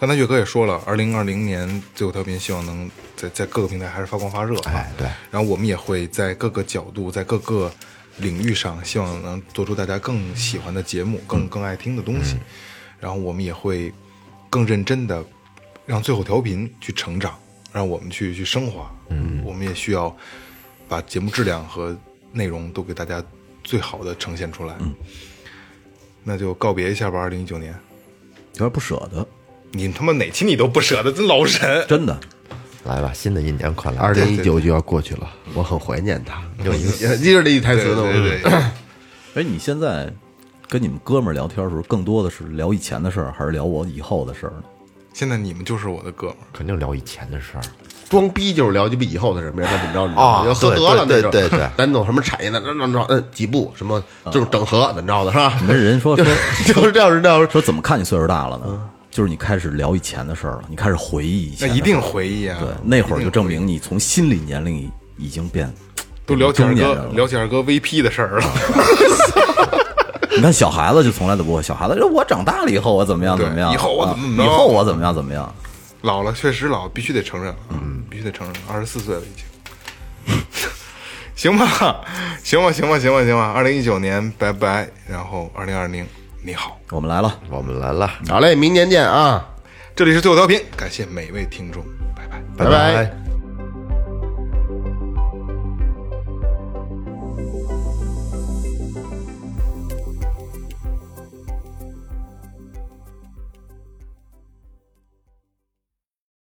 刚才岳哥也说了，二零二零年最后调频希望能在在各个平台还是发光发热啊。哎，对。然后我们也会在各个角度，在各个领域上，希望能做出大家更喜欢的节目，更更爱听的东西。然后我们也会更认真的让最后调频去成长，让我们去去升华。嗯，我们也需要把节目质量和内容都给大家最好的呈现出来。嗯，那就告别一下吧，二零一九年。
有点不舍得，
你他妈哪期你都不舍得，真老神。
真的。
来吧，新的一年快来，
二零一九就要过去了，我很怀念他。
又一个
记着这一台
对
词呢，我
对 对，
哎，你现在跟你们哥们儿聊天的时候，更多的是聊以前的事儿，还是聊我以后的事儿呢？
现在你们就是我的哥们儿。
肯定聊以前的事儿，
装逼就是聊鸡巴以后的事，没人怎么着，你
啊
知道吗？要合格了，
对
那种
对对对
咱懂什么产业呢？那那那嗯，几步什么这种整合怎么着的是吧？
你跟人说说
就是这样是这样，
说怎么看你岁数大了呢？就是你开始聊以前的事儿了，你开始回忆以
嗯那
前的
一
事儿。
定回忆啊！
对，那会儿就证明你从心理年龄已经变。
都聊起二
中年人
哥
了，嗯
聊起二哥 VP 的事儿了。
你看小孩子就从来都不会，小孩子说我长大了以后我怎么样
对
怎么样，
以后我怎么
啊
着
以后我怎么样怎么样。
老了，确实老，必须得承认，嗯，必须得承认，二十四岁了已经。 行吧，行吧，行吧，行吧，行吧。二零一九年，拜拜。然后二零二零，你好，
我们来了。
我们来了，
好嘞，明年见啊，
这里是最后调频，感谢每位听众，拜拜。
拜
拜。